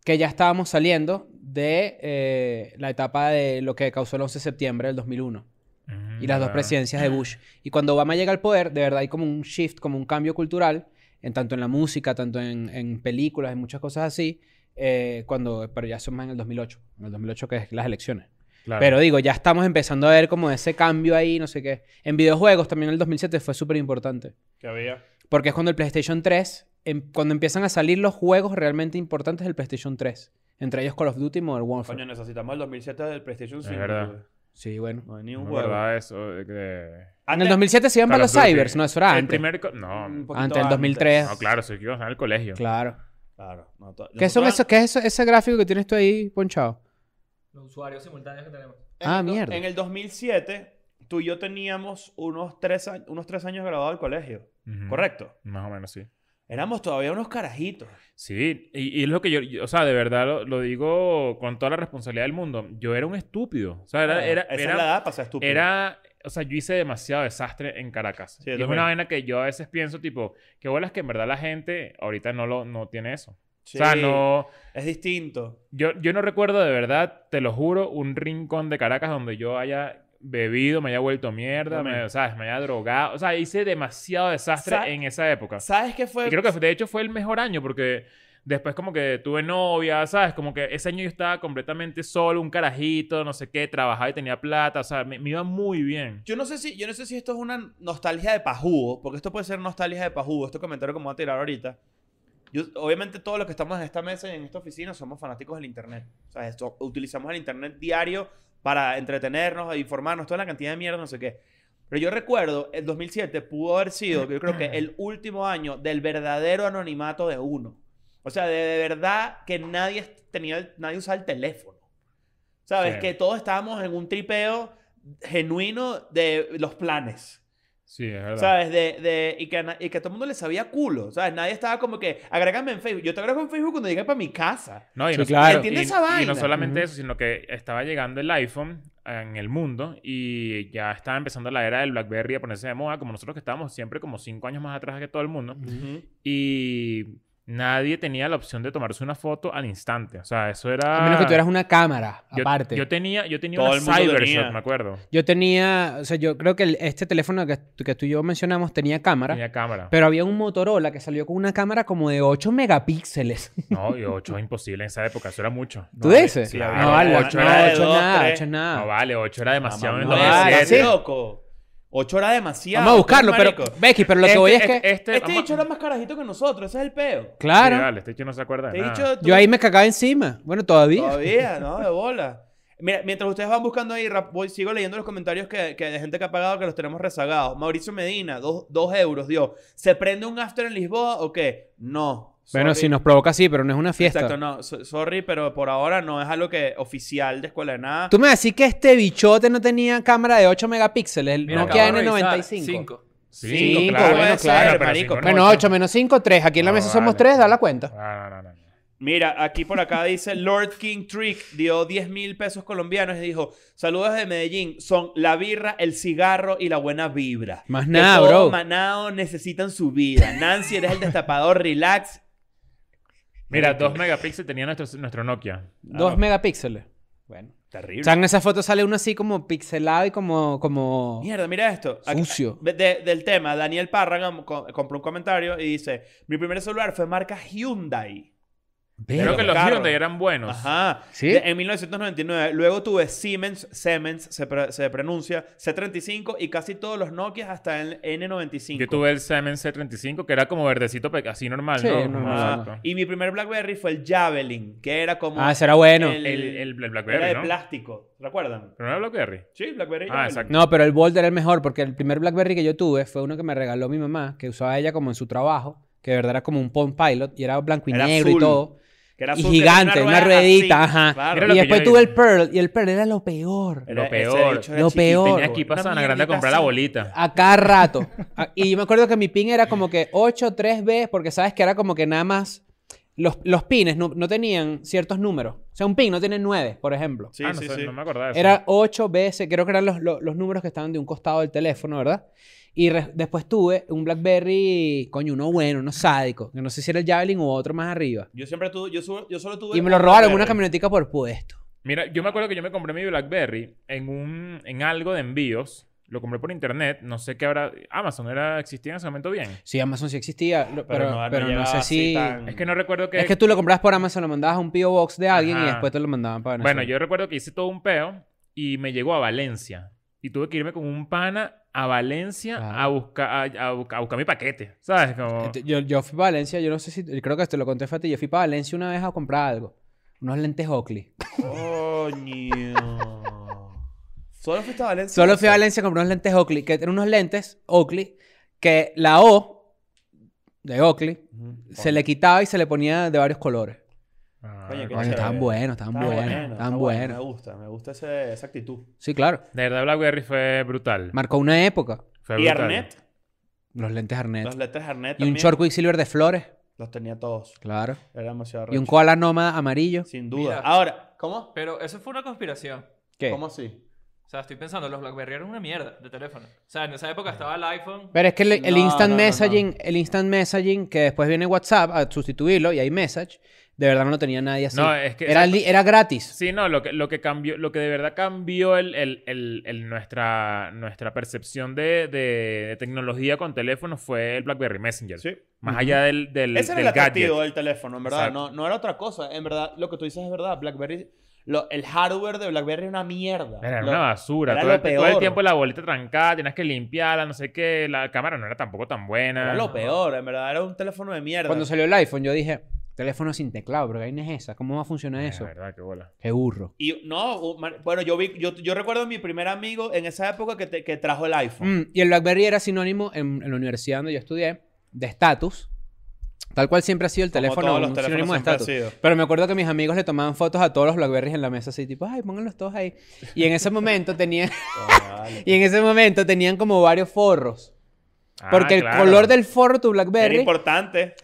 Speaker 4: que ya estábamos saliendo de eh, la etapa de lo que causó el 11 de septiembre del 2001
Speaker 2: Mm,
Speaker 4: y las dos
Speaker 2: claro.
Speaker 4: presidencias de Bush. Y cuando Obama llega al poder, de verdad hay como un shift, como un cambio cultural, en tanto en la música, tanto en, en películas, en muchas cosas así, eh, cuando, pero ya son más en el 2008, en el 2008 que es las elecciones.
Speaker 2: Claro.
Speaker 4: Pero digo, ya estamos empezando a ver como ese cambio ahí, no sé qué. En videojuegos también el 2007 fue súper importante.
Speaker 3: Que había.
Speaker 4: Porque es cuando el PlayStation 3, em- cuando empiezan a salir los juegos realmente importantes del PlayStation 3. Entre ellos Call of Duty y Modern Warfare.
Speaker 3: Coño, necesitamos el 2007 del PlayStation
Speaker 2: Es
Speaker 3: 5.
Speaker 2: verdad.
Speaker 3: güey.
Speaker 4: Sí, bueno.
Speaker 3: No hay ni
Speaker 2: No
Speaker 3: un
Speaker 2: me
Speaker 3: juego.
Speaker 2: acordaba eso. de que-
Speaker 4: En el 2007 se iban para
Speaker 2: Call
Speaker 4: los
Speaker 2: of Duty.
Speaker 4: cybers, no, eso era
Speaker 2: El
Speaker 4: antes.
Speaker 2: primer co- no,
Speaker 3: Un
Speaker 2: no,
Speaker 3: poquito
Speaker 4: Antes del
Speaker 3: antes.
Speaker 4: 2003.
Speaker 2: claro, soy que iba a estar en el colegio.
Speaker 4: Claro.
Speaker 3: Claro. no, to-
Speaker 4: ¿Qué, son
Speaker 3: nosotros-
Speaker 4: esos, ¿Qué es eso- ese gráfico que tienes tú ahí ponchado?
Speaker 5: Los usuarios simultáneos que tenemos.
Speaker 3: en
Speaker 4: Ah,
Speaker 3: el do-
Speaker 4: mierda.
Speaker 3: En el 2007, tú y yo teníamos unos tres, a- unos tres años graduados del colegio.
Speaker 2: Ujú.
Speaker 3: ¿Correcto?
Speaker 2: Más o menos, sí.
Speaker 3: Éramos todavía unos carajitos.
Speaker 2: Sí, y, y es lo que yo, yo- o sea, de verdad lo, lo digo con toda la responsabilidad del mundo. Yo era un estúpido. O sea, era,
Speaker 3: Claro,
Speaker 2: era,
Speaker 3: Ah, Esa
Speaker 2: era-
Speaker 3: es la edad para ser estúpido.
Speaker 2: era- o sea, yo hice demasiado desastre en Caracas.
Speaker 3: Sí,
Speaker 2: Y
Speaker 3: yo
Speaker 2: es
Speaker 3: también.
Speaker 2: una vaina que yo a veces pienso, tipo, qué bolas que en verdad la gente ahorita no lo, no tiene eso.
Speaker 3: Sí,
Speaker 2: O sea, no,
Speaker 3: Es distinto.
Speaker 2: Yo, yo no recuerdo de verdad, te lo juro, un rincón de Caracas donde yo haya bebido, me haya vuelto mierda,
Speaker 3: Amén.
Speaker 2: me, ¿sabes? me haya drogado. O sea, hice demasiado desastre
Speaker 3: Sa-
Speaker 2: en esa época.
Speaker 3: ¿Sabes qué fue?
Speaker 2: Y creo que de hecho fue el mejor año porque después como que tuve novia, ¿sabes? Como que ese año yo estaba completamente solo, un carajito, no sé qué, trabajaba y tenía plata. O sea, me, me iba muy bien.
Speaker 3: Yo no sé si, yo no sé si esto es una nostalgia de pajugo, porque esto puede ser nostalgia de pajugo, este comentario que me voy a tirar ahorita. Yo, obviamente todos los que estamos en esta mesa y en esta oficina somos fanáticos del internet. O sea, esto- utilizamos el internet diario para entretenernos, informarnos, toda la cantidad de mierda, no sé qué. Pero yo recuerdo, el 2007 pudo haber sido, yo creo que el último año del verdadero anonimato de uno. O sea, de, de verdad que nadie tenía, nadie usaba el teléfono. ¿Sabes?
Speaker 2: Sí.
Speaker 3: Que todos estábamos en un tripeo genuino de los planes.
Speaker 2: Sí, es verdad.
Speaker 3: ¿Sabes? De, de, y, que, a na- y que a todo el mundo le sabía culo. ¿Sabes? Nadie estaba como que, agrégame en Facebook. Yo te agrego en Facebook cuando llegue para mi casa.
Speaker 2: No, y
Speaker 4: Sí,
Speaker 2: no,
Speaker 4: claro.
Speaker 2: y-
Speaker 3: ¿Entiendes
Speaker 2: y-
Speaker 3: esa
Speaker 2: y no
Speaker 3: vaina?
Speaker 2: solamente
Speaker 4: Ujú.
Speaker 2: eso, sino que estaba llegando el iPhone en el mundo y ya estaba empezando la era del BlackBerry a ponerse de moda, como nosotros que estábamos siempre como cinco años más atrás que todo el mundo. Y nadie tenía la opción de tomarse una foto al instante. O sea, eso era...
Speaker 4: A menos que tuvieras una cámara,
Speaker 2: Ah, Yo-
Speaker 4: aparte.
Speaker 2: Yo, tenía, yo tenía
Speaker 3: Todo
Speaker 2: una
Speaker 3: el mundo
Speaker 2: Cybershot,
Speaker 3: tenía.
Speaker 2: me acuerdo.
Speaker 4: Yo tenía, o sea, yo creo que el- este teléfono que, que tú y yo mencionamos tenía cámara,
Speaker 2: Tenía cámara.
Speaker 4: pero había un Motorola que salió con una cámara como de 8 megapíxeles.
Speaker 2: No, y 8 es imposible en esa época. Eso era mucho.
Speaker 4: ¿Tú
Speaker 2: No,
Speaker 4: dices?
Speaker 2: sí,
Speaker 3: Claro.
Speaker 2: claro,
Speaker 4: No, vale,
Speaker 2: ocho
Speaker 4: 8
Speaker 3: no,
Speaker 2: era,
Speaker 3: de
Speaker 4: es
Speaker 3: dos,
Speaker 4: nada,
Speaker 3: tres.
Speaker 4: 8 es
Speaker 2: no,
Speaker 4: nada.
Speaker 2: vale, 8 era demasiado en el
Speaker 4: no, vale,
Speaker 2: 2007.
Speaker 4: sí.
Speaker 3: loco. Ocho horas demasiado.
Speaker 4: Vamos a buscarlo,
Speaker 3: Marico.
Speaker 4: pero, Becky, pero lo que
Speaker 2: Este-
Speaker 4: voy es
Speaker 2: este- Este,
Speaker 4: que...
Speaker 3: Este
Speaker 2: vamos-
Speaker 3: dicho era más carajito que nosotros. Ese es el peo.
Speaker 4: Claro,
Speaker 2: Sí, vale, este dicho no se acuerda de
Speaker 3: Te he
Speaker 2: nada.
Speaker 3: dicho... tú-
Speaker 4: yo ahí me cagaba encima. Bueno, todavía.
Speaker 3: Todavía, ¿no? De bola. Mira, mientras ustedes van buscando ahí, rap- voy, sigo leyendo los comentarios que, que de gente que ha pagado que los tenemos rezagados. Mauricio Medina, dos, dos euros, dio. ¿Se prende un after en Lisboa o qué? No.
Speaker 4: Bueno,
Speaker 3: Sorry.
Speaker 4: si nos provoca sí, pero no es una fiesta.
Speaker 3: Exacto, no. so- sorry, pero por ahora no es algo que oficial de escuela de nada.
Speaker 4: Tú me decís que este bichote no tenía cámara de 8 megapíxeles, el
Speaker 2: Mira,
Speaker 4: Nokia
Speaker 2: acabo de
Speaker 4: N95.
Speaker 5: Cinco.
Speaker 2: Cinco,
Speaker 4: Cinco,
Speaker 2: claro,
Speaker 4: bueno,
Speaker 2: pero
Speaker 3: claro,
Speaker 2: cinco
Speaker 3: marico.
Speaker 2: no es
Speaker 4: Bueno,
Speaker 2: ocho.
Speaker 4: 8 menos 5, 3. Aquí en la
Speaker 2: No,
Speaker 4: mesa somos
Speaker 2: vale.
Speaker 4: 3, da la cuenta.
Speaker 2: Ah, no, no, no.
Speaker 3: Mira, aquí por acá dice Lord King Trick, dio 10 mil pesos colombianos y dijo: Saludos de Medellín, son la birra, el cigarro y la buena vibra.
Speaker 4: Más
Speaker 3: Que
Speaker 4: nada,
Speaker 3: todo
Speaker 4: bro.
Speaker 3: Manao necesitan su vida. Nancy, eres el destapador, relax.
Speaker 2: Mira, 2 megapíxeles tenía nuestro, nuestro Nokia.
Speaker 4: 2
Speaker 3: Ah, no.
Speaker 4: megapíxeles. Bueno.
Speaker 3: Terrible.
Speaker 4: O sea, en esa foto sale uno así como pixelado y como... como...
Speaker 3: Mierda, mira esto. Aquí-
Speaker 4: Sucio.
Speaker 3: de- de- del tema, Daniel Párraga co- compró un comentario y dice: Mi primer celular fue marca Hyundai.
Speaker 2: Creo
Speaker 3: Pero
Speaker 2: que los
Speaker 3: carro.
Speaker 2: Hyundai eran buenos.
Speaker 3: Ajá.
Speaker 4: ¿Sí?
Speaker 3: De- en 1999. Luego tuve Siemens, Siemens, se, pre- se pronuncia, C35 y casi todos los Nokia hasta el N95.
Speaker 2: Yo tuve el Siemens C35, que era como verdecito, pe- así normal,
Speaker 4: Sí,
Speaker 2: ¿no?
Speaker 4: normal.
Speaker 2: Ajá.
Speaker 3: Ajá. Ah. Y mi primer BlackBerry fue el Javelin, que era como.
Speaker 4: Ah, será bueno.
Speaker 3: el-
Speaker 2: El, el, el BlackBerry,
Speaker 3: Era de
Speaker 2: ¿no?
Speaker 3: plástico. ¿Recuerdan?
Speaker 2: Pero no era BlackBerry.
Speaker 3: Sí, BlackBerry.
Speaker 2: Ah,
Speaker 3: Javelin.
Speaker 2: exacto.
Speaker 4: No, pero el Bold era el mejor porque el primer BlackBerry que yo tuve fue uno que me regaló mi mamá, que usaba ella como en su trabajo, que de verdad era como un Pond Pilot y era blanco y
Speaker 3: Era
Speaker 4: negro
Speaker 3: azul.
Speaker 4: y todo.
Speaker 3: Que era
Speaker 4: y
Speaker 3: azul, que
Speaker 4: gigante,
Speaker 3: tenía
Speaker 4: una
Speaker 3: rueda así.
Speaker 4: ruedita, ajá.
Speaker 3: Claro.
Speaker 2: Era
Speaker 4: Y
Speaker 2: lo que
Speaker 4: después
Speaker 2: yo
Speaker 4: tuve
Speaker 2: vi.
Speaker 4: el Pearl, y el Pearl era lo peor.
Speaker 2: Lo
Speaker 3: ese
Speaker 2: peor.
Speaker 3: bicho era
Speaker 4: Lo
Speaker 3: chiquito,
Speaker 4: peor.
Speaker 2: Tenía que ir pasando a la grande a comprar la bolita. Ah,
Speaker 4: A cada rato. A- Y yo me acuerdo que mi pin era como que 8, 3 b porque sabes que era como que nada más. Los, los pines no, no tenían ciertos números. O sea, un pin no tiene 9, por ejemplo.
Speaker 3: Sí,
Speaker 2: ah, no,
Speaker 3: sí,
Speaker 2: sé,
Speaker 3: sí.
Speaker 2: no me acordaba de eso.
Speaker 4: Era 8 veces, creo que eran los, los- los números que estaban de un costado del teléfono, ¿verdad? Y re- después tuve un Blackberry, coño, uno bueno, uno sádico. que No sé si era el Javelin u otro más arriba.
Speaker 3: Yo siempre tuve, yo, su- yo solo tuve.
Speaker 4: Y me lo robaron en una
Speaker 3: Blackberry.
Speaker 4: camionetica por puesto.
Speaker 2: Mira, yo me acuerdo que yo me compré mi BlackBerry en un en algo de envíos. Lo compré por internet. No sé qué habrá... Amazon era, existía en ese momento bien.
Speaker 4: Sí, Amazon sí existía, lo- pero, pero, no,
Speaker 3: llegaba
Speaker 4: sé
Speaker 3: así
Speaker 4: si...
Speaker 3: tan-
Speaker 2: Es que no recuerdo que...
Speaker 4: Es que tú lo comprabas por Amazon, lo mandabas a un P.O. Box de alguien y
Speaker 2: Ajá.
Speaker 4: después te lo mandaban para
Speaker 2: Bueno,
Speaker 4: Venezuela.
Speaker 2: yo recuerdo que hice todo un peo y me llegó a Valencia. Y tuve que irme con un pana a Valencia
Speaker 4: Ah.
Speaker 2: a, buscar, a, a busca- a buscar mi paquete. ¿Sabes?
Speaker 3: Ah.
Speaker 2: Como...
Speaker 4: Este, Yo, yo fui para Valencia, yo no sé si... Creo que te lo conté, Fati. Yo fui para Valencia una vez a comprar algo. Unos lentes Oakley.
Speaker 3: Coño. Solo fuiste a Valencia.
Speaker 4: Solo fui a Valencia a comprar unos lentes Oakley. Que eran unos lentes Oakley que la O de Oakley
Speaker 3: Ujú.
Speaker 4: se le quitaba y se le ponía de varios colores.
Speaker 2: Ah,
Speaker 3: Coño, qué
Speaker 4: Coño,
Speaker 3: chévere.
Speaker 4: estaban buenos, estaban
Speaker 3: Está
Speaker 4: buenos,
Speaker 3: bueno,
Speaker 4: estaban
Speaker 3: está bueno.
Speaker 4: buenos.
Speaker 3: Me gusta, me gusta ese- esa actitud.
Speaker 4: Sí, claro.
Speaker 2: De verdad, BlackBerry fue brutal.
Speaker 4: Marcó una época.
Speaker 2: Fue
Speaker 3: Y
Speaker 2: brutal.
Speaker 3: Arnet,
Speaker 4: Los lentes
Speaker 3: los
Speaker 4: Arnett.
Speaker 3: letras Arnet.
Speaker 4: Y un
Speaker 3: también,
Speaker 4: short Quicksilver de flores.
Speaker 3: Los tenía todos.
Speaker 4: Claro.
Speaker 3: Era demasiado
Speaker 4: Y un
Speaker 3: arrecho.
Speaker 4: koala nómada amarillo.
Speaker 3: Sin duda.
Speaker 5: Mira.
Speaker 3: Ahora, ¿cómo?
Speaker 5: Pero eso fue una conspiración.
Speaker 4: ¿Qué?
Speaker 3: ¿Cómo así?
Speaker 5: O sea, estoy pensando, los BlackBerry eran una mierda de teléfono. O sea, en esa época estaba el iPhone.
Speaker 4: Pero es que el, el
Speaker 3: No,
Speaker 4: instant
Speaker 3: no, no, no.
Speaker 4: messaging, el instant messaging que después viene WhatsApp a sustituirlo y hay message, de verdad no lo tenía nadie así.
Speaker 2: No, es que-
Speaker 4: era, li- era gratis.
Speaker 2: Sí, no, lo que, lo que cambió, lo que de verdad cambió el, el- el- el- nuestra, nuestra percepción de, de- de tecnología con teléfono fue el BlackBerry Messenger.
Speaker 3: Sí.
Speaker 2: Más allá del, del,
Speaker 3: Ese era
Speaker 2: del
Speaker 3: el
Speaker 2: gadget.
Speaker 3: atractivo del teléfono, en verdad.
Speaker 2: Exacto.
Speaker 3: No, no era otra cosa. En verdad, lo que tú dices es verdad. BlackBerry, lo- el hardware de BlackBerry era una mierda.
Speaker 2: Era
Speaker 3: Lo-
Speaker 2: una basura.
Speaker 3: era
Speaker 2: todo,
Speaker 3: lo
Speaker 2: el- todo el
Speaker 3: peor.
Speaker 2: tiempo la bolita trancada, tenías que limpiarla, no sé qué. La cámara no era tampoco tan buena.
Speaker 3: Era lo peor, en verdad. Era un teléfono de mierda.
Speaker 4: Cuando salió el iPhone, yo dije, teléfono sin teclado, pero ¿qué vaina es esa? ¿Cómo va a funcionar
Speaker 2: Eh,
Speaker 4: eso?
Speaker 2: verdad, qué bola.
Speaker 4: Qué burro.
Speaker 3: Y no, u- mar- bueno, yo vi, yo, yo recuerdo a mi primer amigo en esa época que, te- que trajo el iPhone.
Speaker 4: Mm, y el BlackBerry era sinónimo en, en la universidad donde yo estudié de estatus. Tal cual siempre ha sido el
Speaker 3: Como
Speaker 4: teléfono
Speaker 3: todos
Speaker 4: un
Speaker 3: los teléfonos
Speaker 4: sinónimo de
Speaker 3: siempre ha
Speaker 4: estatus.
Speaker 3: sido.
Speaker 4: Pero me acuerdo que mis amigos le tomaban fotos a todos los Blackberries en la mesa así, tipo, ay, pónganlos todos ahí. Y en ese momento tenían,
Speaker 3: Coño, Oh, vale.
Speaker 4: y en ese momento tenían como varios forros.
Speaker 2: Ah,
Speaker 4: Porque el
Speaker 2: claro.
Speaker 4: color del forro de tu
Speaker 3: Era
Speaker 4: BlackBerry
Speaker 3: importante.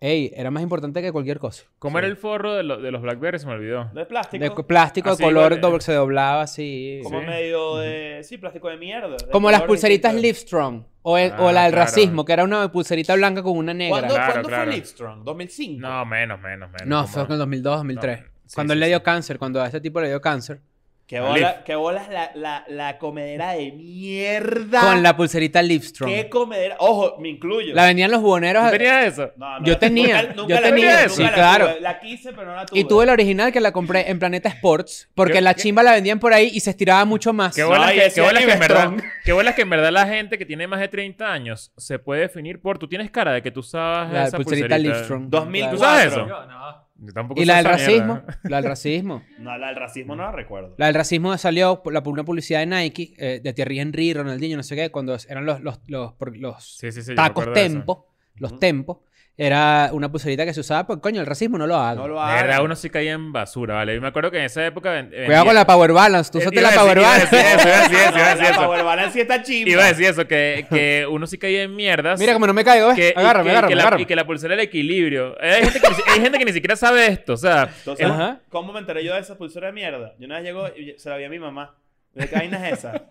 Speaker 4: ey, era más importante que cualquier cosa.
Speaker 2: ¿Cómo era el forro de, lo- de los Blackberry? Se me olvidó.
Speaker 3: De plástico. Ah,
Speaker 4: De co- plástico
Speaker 2: Así,
Speaker 4: de color
Speaker 2: igual,
Speaker 4: doble,
Speaker 2: eh.
Speaker 4: se doblaba así.
Speaker 3: como
Speaker 2: Sí.
Speaker 3: medio de. Sí, plástico de mierda. de
Speaker 4: Como las
Speaker 3: colores
Speaker 4: pulseritas
Speaker 3: distintos.
Speaker 4: Livestrong o, el- o
Speaker 2: Ah,
Speaker 4: la del
Speaker 2: claro.
Speaker 4: racismo, que era una pulserita blanca con una negra.
Speaker 3: ¿Cuándo,
Speaker 2: Claro,
Speaker 3: ¿cuándo
Speaker 2: claro.
Speaker 3: fue Livestrong? ¿2005?
Speaker 2: No, menos, menos, menos.
Speaker 4: No,
Speaker 2: como-
Speaker 4: fue en el 2002, 2003.
Speaker 2: No, sí,
Speaker 4: cuando
Speaker 2: sí,
Speaker 4: él le
Speaker 2: sí.
Speaker 4: dio cáncer, cuando a este tipo le dio cáncer.
Speaker 3: ¿Qué
Speaker 2: La
Speaker 3: bola,
Speaker 2: Live.
Speaker 3: qué bola es la, la, la comedera de mierda?
Speaker 4: Con la pulserita Livestrong.
Speaker 3: ¿Qué comedera? Ojo, me incluyo.
Speaker 4: La vendían los buhoneros.
Speaker 2: ¿Tú
Speaker 4: a-
Speaker 2: tenías eso?
Speaker 3: No, no,
Speaker 4: Yo
Speaker 3: nunca-
Speaker 4: tenía,
Speaker 3: nunca
Speaker 4: yo
Speaker 3: la
Speaker 4: tenía,
Speaker 3: tuve,
Speaker 4: sí,
Speaker 3: nunca la
Speaker 4: claro.
Speaker 3: tuve. La quise, pero no la tuve.
Speaker 4: Y
Speaker 2: eh.
Speaker 4: tuve la original que la compré en Planeta Sports, porque
Speaker 2: ¿Qué-
Speaker 4: la
Speaker 2: qué?
Speaker 4: chimba la vendían por ahí y se estiraba mucho más.
Speaker 2: Qué bolas
Speaker 3: No, y
Speaker 2: que,
Speaker 3: ese
Speaker 2: qué bolas que en verdad,
Speaker 3: Livestrong.
Speaker 2: qué bolas que en verdad la gente que tiene más de 30 años se puede definir por... Tú tienes cara de que tú usabas
Speaker 4: La
Speaker 2: esa eh.
Speaker 4: pulserita Livestrong.
Speaker 3: 2000,
Speaker 4: Claro.
Speaker 2: ¿Tú sabes eso?
Speaker 5: Yo, no.
Speaker 2: Yo tampoco
Speaker 4: Y
Speaker 2: uso
Speaker 4: la del
Speaker 2: esa mierda. eh.
Speaker 4: racismo. La del racismo.
Speaker 3: No, la del racismo no la recuerdo.
Speaker 4: La del racismo salió por la, por una publicidad de Nike, eh, de Thierry Henry, Ronaldinho, no sé qué, cuando eran los, los, los, por- los
Speaker 2: Sí, sí, sí. yo me
Speaker 4: tacos
Speaker 2: acuerdo de eso.
Speaker 4: tempo. Los
Speaker 3: Ujú.
Speaker 4: tempo. Era una pulserita que se usaba porque, coño, el racismo no lo haga.
Speaker 3: No lo
Speaker 2: De
Speaker 3: hago.
Speaker 2: verdad, uno sí caía en basura, ¿vale? Yo me acuerdo que en esa época... ven- vendía-
Speaker 4: Cuidado con la Power Balance. Tú
Speaker 2: Eh,
Speaker 4: usaste
Speaker 2: iba
Speaker 4: la
Speaker 2: a decir-
Speaker 4: Power
Speaker 2: iba a decir
Speaker 4: Balance.
Speaker 2: eso, iba a decir eso, iba a
Speaker 3: La
Speaker 2: decir eso.
Speaker 3: Power Balance sí está chimba.
Speaker 2: Iba a decir eso, que, que uno sí caía en mierdas.
Speaker 4: Mira cómo no me caigo, ¿ves?
Speaker 2: que, y
Speaker 4: agárrame,
Speaker 2: que-
Speaker 4: agárrame,
Speaker 2: que la,
Speaker 4: agárrame.
Speaker 2: Y que la pulsera era equilibrio. Eh, Hay gente que, ni si- hay gente que ni siquiera sabe esto, o sea...
Speaker 3: Entonces,
Speaker 4: Ajá.
Speaker 3: ¿cómo me enteré yo de esa pulsera de mierda? Yo una vez llegó y se la vi a mi mamá. Le dije, ¿qué vaina es esa?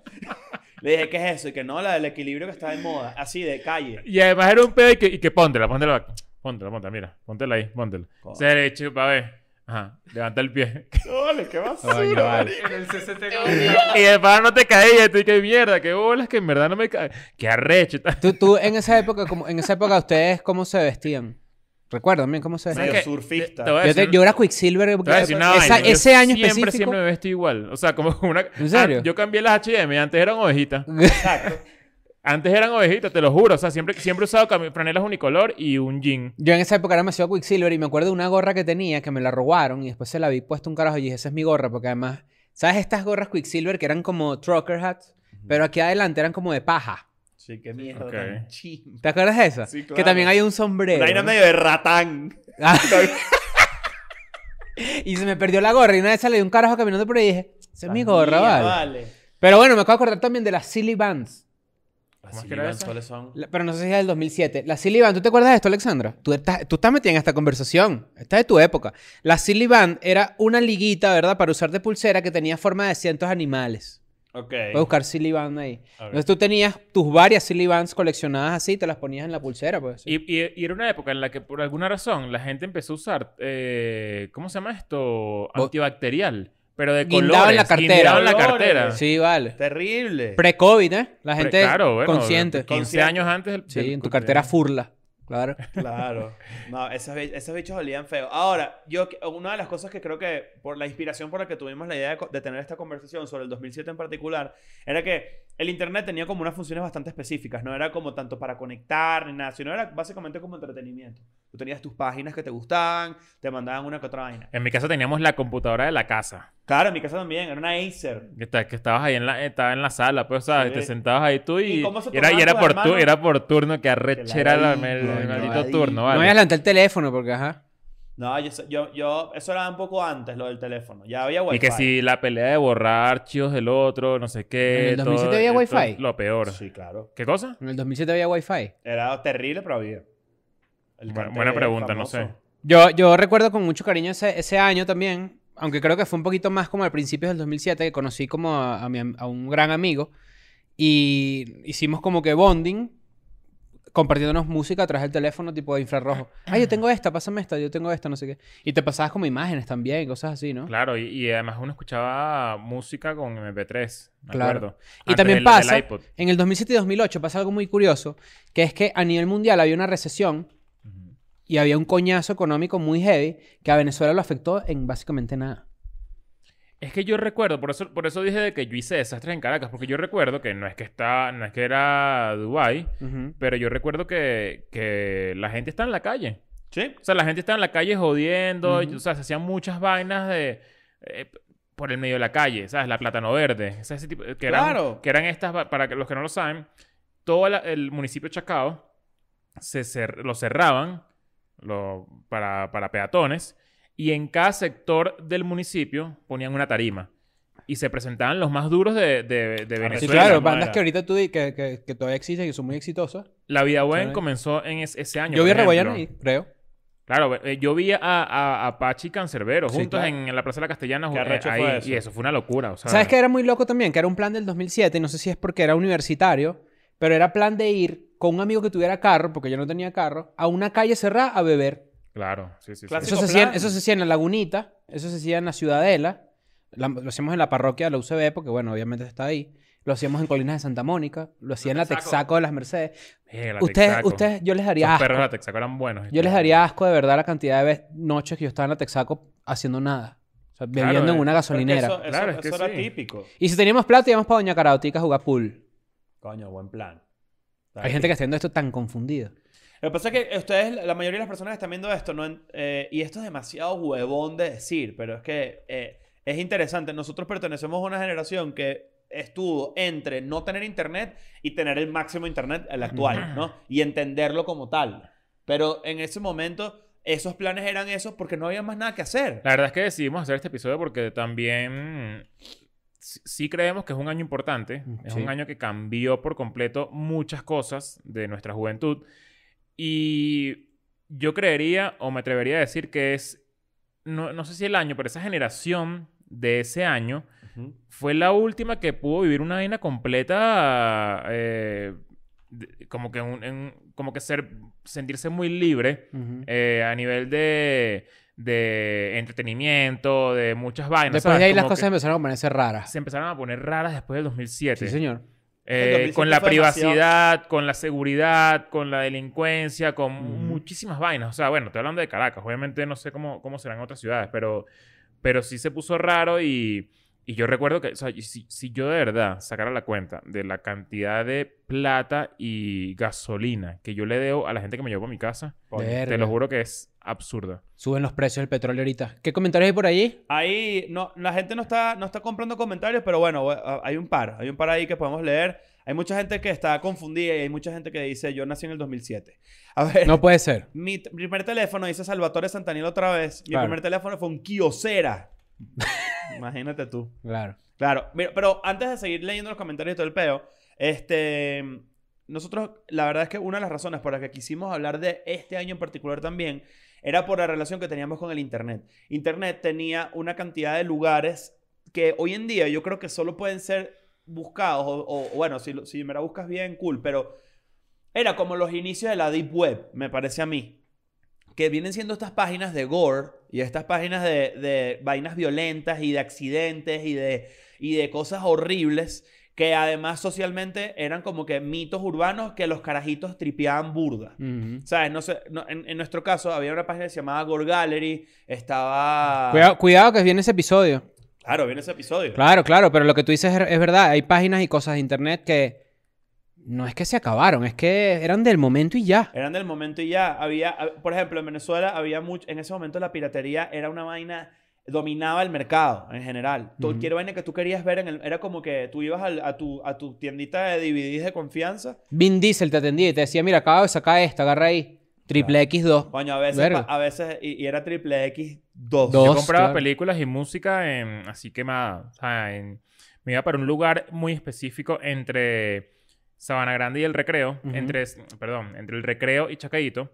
Speaker 3: Le dije, ¿qué es eso? Y que no, la del equilibrio que está en moda. Así, de calle.
Speaker 2: Y además era un pedo y que, y que póntela, póntela, póntela, póntela, mira, póntela ahí, póntela.
Speaker 3: Coño.
Speaker 2: Se le echa para ver. Ajá, levanta el pie.
Speaker 3: ¡Ole, qué
Speaker 4: Coño,
Speaker 3: basura!
Speaker 4: vale.
Speaker 5: En el CCT.
Speaker 2: y de pana no te caía, tú y que mierda, qué bolas que en verdad no me cae. Qué arrecho. y tal.
Speaker 4: Tú, tú en esa época, como, en esa época, ustedes cómo se vestían. Recuerdan bien cómo se
Speaker 2: ¿Sabes
Speaker 4: vestían.
Speaker 3: Medio
Speaker 2: qué?
Speaker 3: surfista.
Speaker 2: Te- te voy a
Speaker 4: Yo, te-
Speaker 2: decir-
Speaker 4: yo era Quicksilver.
Speaker 2: te voy a decir una
Speaker 4: esa-
Speaker 2: vaina. Yo
Speaker 4: ese año
Speaker 2: siempre,
Speaker 4: específico.
Speaker 2: Siempre me vestí igual. O sea, como una.
Speaker 4: ¿En serio?
Speaker 2: Ah, yo cambié las HM, antes eran ovejitas.
Speaker 3: Exacto.
Speaker 2: Antes eran ovejitas, te lo juro. O sea, siempre, siempre he usado cami- franelas unicolor y un jean.
Speaker 4: Yo en esa época era demasiado Quicksilver y me acuerdo de una gorra que tenía que me la robaron y después se la vi puesta un carajo y dije, esa es mi gorra porque además, ¿sabes estas gorras Quicksilver que eran como trucker hats? Pero aquí adelante eran como de paja.
Speaker 3: Sí, qué mierda
Speaker 2: Ok.
Speaker 3: tan chimba.
Speaker 4: ¿Te acuerdas de esa?
Speaker 3: Sí,
Speaker 4: Que
Speaker 3: claro.
Speaker 4: también hay un sombrero.
Speaker 3: Una vaina
Speaker 4: ¿no?
Speaker 3: medio de ratán.
Speaker 4: Ah, y se me perdió la gorra. Y una vez salió un carajo caminando por ahí y dije, esa es mi gorra,
Speaker 3: Mía,
Speaker 4: vale. Pero bueno, me acabo de acordar también de las Silly Bands.
Speaker 3: Las
Speaker 2: ¿Cómo es que era
Speaker 3: Sullivan,
Speaker 2: esa?
Speaker 3: ¿Cuáles son?
Speaker 4: La- Pero no sé si es del 2007. Las Silly Band, ¿tú te acuerdas de esto, Alexandra? Tú estás, tú estás metida en esta conversación. Esta es de tu época. La Silly Band era una liguita, ¿verdad? Para usar de pulsera que tenía forma de cientos de animales.
Speaker 3: Ok.
Speaker 4: Voy a buscar Silly Band ahí.
Speaker 3: A ver.
Speaker 4: Entonces tú tenías tus varias Silly Bands coleccionadas así, te las ponías en la pulsera, pues.
Speaker 2: Y, y- y era una época en la que por alguna razón la gente empezó a usar, eh, ¿cómo se llama esto? Antibacterial. Pero de
Speaker 4: Guindado
Speaker 2: colores.
Speaker 4: en la cartera.
Speaker 2: guindado en la
Speaker 3: Colores.
Speaker 2: cartera.
Speaker 4: Sí, vale.
Speaker 3: Terrible.
Speaker 4: Pre-COVID, ¿eh? La gente
Speaker 2: Pero claro, bueno,
Speaker 4: consciente.
Speaker 2: 15 años antes. del- del-
Speaker 4: Sí, en tu cartera furla. Claro.
Speaker 3: Claro. No, esos, bi- esos bichos olían feo. Ahora, yo que- una de las cosas que creo que por la inspiración por la que tuvimos la idea de, co- de tener esta conversación sobre el 2007 en particular, era que el internet tenía como unas funciones bastante específicas, no era como tanto para conectar ni nada, sino era básicamente como entretenimiento. Tú tenías tus páginas que te gustaban, te mandaban una que otra vaina.
Speaker 2: En mi casa teníamos la computadora de la casa.
Speaker 3: Claro, en mi casa también, era una Acer.
Speaker 2: Que, está- que estabas ahí en la, estaba en la sala, pues, o sea,
Speaker 3: Sí.
Speaker 2: te sentabas ahí tú y,
Speaker 3: ¿Y cómo se
Speaker 2: y era, y era
Speaker 3: tornaban
Speaker 2: por
Speaker 3: tus
Speaker 2: tu-
Speaker 3: hermanos?
Speaker 2: era por turno, que arrechera la-
Speaker 3: ladilla,
Speaker 2: el,
Speaker 4: coño,
Speaker 2: maldito
Speaker 3: ladilla.
Speaker 2: turno, ¿vale?
Speaker 4: No voy a levantar el teléfono porque, ajá.
Speaker 3: No, yo, so- yo, yo, eso era un poco antes lo del teléfono, ya había wifi.
Speaker 2: Y que si la pelea de borrar archivos del otro, no sé qué.
Speaker 4: ¿En el 2007 había
Speaker 2: esto es
Speaker 4: Wi-Fi?
Speaker 2: Lo peor.
Speaker 3: Sí, claro.
Speaker 2: ¿Qué cosa?
Speaker 4: En el 2007 había Wi-Fi.
Speaker 3: Era terrible, pero había. El
Speaker 2: Buena-
Speaker 3: cartel
Speaker 2: buena pregunta, no
Speaker 3: famoso.
Speaker 2: sé.
Speaker 4: Yo, yo recuerdo con mucho cariño ese, ese año también, aunque creo que fue un poquito más como al principio del 2007, que conocí como a, a mi am- a un gran amigo y hicimos como que bonding, compartiéndonos música a través del teléfono tipo de infrarrojo. Ah, yo tengo esta, pásame esta, yo tengo esta, no sé qué. Y te pasabas como imágenes también, cosas así, ¿no?
Speaker 2: Claro, y, y además uno escuchaba música con MP3, me
Speaker 4: Claro.
Speaker 2: acuerdo.
Speaker 4: Y
Speaker 2: Antes
Speaker 4: también
Speaker 2: del- del
Speaker 4: pasa,
Speaker 2: iPod.
Speaker 4: en el 2007 y 2008 pasa algo muy curioso, que es que a nivel mundial había una recesión y había un coñazo económico muy heavy que a Venezuela lo afectó en básicamente nada.
Speaker 2: Es que yo recuerdo, por eso, por eso dije de que yo hice desastres en Caracas, porque yo recuerdo que no es que está, no es que era Dubai,
Speaker 4: Ujú.
Speaker 2: pero yo recuerdo que, que la gente está en la calle.
Speaker 3: Sí,
Speaker 2: O sea, la gente está en la calle jodiendo,
Speaker 4: Ujú.
Speaker 2: o sea, se hacían muchas vainas de eh, por el medio de la calle, ¿sabes? La plátano verde, o sea, ese tipo, que eran,
Speaker 3: Claro.
Speaker 2: que eran estas, va- para que- los que no lo saben, todo la- el municipio de Chacao se cer- lo cerraban lo- para, para peatones y en cada sector del municipio ponían una tarima. Y se presentaban los más duros de, de- de Venezuela.
Speaker 4: Ah, Sí,
Speaker 3: Venezuela,
Speaker 4: claro,
Speaker 3: ¿no?
Speaker 4: bandas
Speaker 3: Era.
Speaker 4: que ahorita tú di- que, que, que todavía existen y que son muy exitosas.
Speaker 2: La vida buena
Speaker 4: Claro.
Speaker 2: comenzó en es- ese año.
Speaker 4: Yo
Speaker 2: por
Speaker 4: vi a Regoyano
Speaker 2: ejemplo.
Speaker 4: ahí, creo.
Speaker 2: Claro, eh, yo vi a, a, a Pachi y Cancerbero
Speaker 4: Sí,
Speaker 2: juntos
Speaker 4: claro.
Speaker 2: en, en la Plaza de la Castellana.
Speaker 3: Qué
Speaker 2: ju- eh,
Speaker 3: arrecho fue
Speaker 2: ahí,
Speaker 3: eso.
Speaker 2: Y eso fue una locura. O sea,
Speaker 4: ¿Sabes qué era muy loco también? Que era un plan del 2007, y no sé si es porque era universitario, pero era plan de ir con un amigo que tuviera carro, porque yo no tenía carro, a una calle cerrada a beber.
Speaker 2: Claro, sí, sí. sí.
Speaker 3: Clásico.
Speaker 4: Eso se, hacía, en-
Speaker 3: plan.
Speaker 4: eso se hacía en la Lagunita, eso se hacía en la Ciudadela, la- lo hacíamos en la parroquia de la UCB, porque bueno, obviamente está ahí. Lo hacíamos en Colinas de Santa Mónica, lo hacía en la
Speaker 5: Texaco.
Speaker 4: Texaco de las Mercedes.
Speaker 2: Eh, la
Speaker 4: Ustedes,
Speaker 2: Texaco.
Speaker 4: ustedes, yo les daría
Speaker 2: Los perros de
Speaker 4: asco.
Speaker 2: la Texaco eran buenos.
Speaker 4: Yo les daría asco de verdad la cantidad de ve- noches que yo estaba en la Texaco haciendo nada. O sea,
Speaker 2: Claro,
Speaker 4: bebiendo en
Speaker 2: eh.
Speaker 4: una gasolinera.
Speaker 3: Porque Eso, eso-
Speaker 2: Claro, es que
Speaker 3: eso era
Speaker 2: sí.
Speaker 3: típico.
Speaker 4: Y si teníamos plata, íbamos para Doña Carautica a jugar pool.
Speaker 3: Coño, buen plan.
Speaker 4: Hay gente que está viendo esto tan confundida.
Speaker 3: Lo que pasa es que ustedes, la mayoría de las personas que están viendo esto, no en- eh, y esto es demasiado huevón de decir, pero es que eh, es interesante. Nosotros pertenecemos a una generación que estuvo entre no tener internet y tener el máximo internet, el actual, ¿no? Y entenderlo como tal. Pero en ese momento, esos planes eran esos porque no había más nada que hacer.
Speaker 2: La verdad es que decidimos hacer este episodio porque también sí, sí creemos que es un año importante. Es
Speaker 4: Sí.
Speaker 2: un año que cambió por completo muchas cosas de nuestra juventud. Y yo creería o me atrevería a decir que es, no, no sé si el año, pero esa generación de ese año
Speaker 3: Ujú.
Speaker 2: fue la última que pudo vivir una vaina completa, eh, de- como que, un- en- como que ser, sentirse muy libre eh, a nivel de, de entretenimiento, de muchas vainas.
Speaker 4: Después
Speaker 2: Eh, ¿sabes?
Speaker 4: de ahí las
Speaker 2: Como
Speaker 4: cosas
Speaker 2: que
Speaker 4: empezaron a ponerse raras.
Speaker 2: se empezaron a poner raras después del 2007.
Speaker 4: Sí, señor.
Speaker 2: Eh,
Speaker 3: El 2007
Speaker 2: con la
Speaker 3: fue demasiado-
Speaker 2: privacidad, con la seguridad, con la delincuencia, con muchísimas vainas. O sea, bueno, estoy hablando de Caracas. Obviamente no sé cómo, cómo serán otras ciudades, pero, pero sí se puso raro y, y yo recuerdo que, o sea, y si, si yo de verdad sacara la cuenta de la cantidad de plata y gasolina que yo le debo a la gente que me llevó a mi casa,
Speaker 4: Coño.
Speaker 2: te
Speaker 4: Verga.
Speaker 2: lo juro que es absurda.
Speaker 4: Suben los precios del petróleo ahorita. ¿Qué comentarios hay por allí?
Speaker 3: ah, Ahí no, la gente no está, no está comprando comentarios, pero bueno, we- a- hay un par. Hay un par ahí que podemos leer. Hay mucha gente que está confundida y hay mucha gente que dice, yo nací en el 2007. A ver,
Speaker 4: No puede ser.
Speaker 3: mi t- primer teléfono, dice Salvatore Santanil otra vez, mi
Speaker 4: Claro.
Speaker 3: primer teléfono fue un Kiosera. Imagínate tú.
Speaker 4: Claro.
Speaker 3: Claro, mira, pero antes de seguir leyendo los comentarios y todo el peo, este, nosotros, la verdad es que una de las razones por las que quisimos hablar de este año en particular también era por la relación que teníamos con el Internet. Internet tenía una cantidad de lugares que hoy en día yo creo que solo pueden ser buscados, o, o- o bueno, si, lo- si me la buscas bien, cool, pero era como los inicios de la Deep Web, me parece a mí. Que vienen siendo estas páginas de gore y estas páginas de, de vainas violentas y de accidentes y de y de cosas horribles que además socialmente eran como que mitos urbanos que los carajitos tripeaban burda.
Speaker 4: Ujú.
Speaker 3: ¿Sabes? No sé, no- en, en nuestro caso había una página que se llamaba Gore Gallery, estaba...
Speaker 4: Cuidado, cuidado que viene ese episodio.
Speaker 3: Claro, viene ese episodio.
Speaker 4: Claro, claro, pero lo que tú dices es, es verdad. Hay páginas y cosas de internet que no es que se acabaron, es que eran del momento y ya.
Speaker 3: Eran del momento y ya había, hab- por ejemplo, en Venezuela había mucho, en ese momento la piratería era una vaina, dominaba el mercado en general.
Speaker 4: Ujú.
Speaker 3: Cualquier vaina que tú querías ver, en el- era como que tú ibas al- a, tu, a tu tiendita de DVDs de confianza
Speaker 4: Vin Diesel te atendía y te decía, mira, acabo de sacar esta, agarra ahí. Triple X2.
Speaker 3: Coño, a veces,
Speaker 4: Verga.
Speaker 3: pa- a veces y, y era triple X 2.
Speaker 4: Dos.
Speaker 2: Yo compraba
Speaker 4: claro.
Speaker 2: películas y música en, así quemada. O sea, en- me iba para un lugar muy específico entre Sabana Grande y el Recreo.
Speaker 4: Ujú.
Speaker 2: Entre, perdón, entre el Recreo y Chacaito.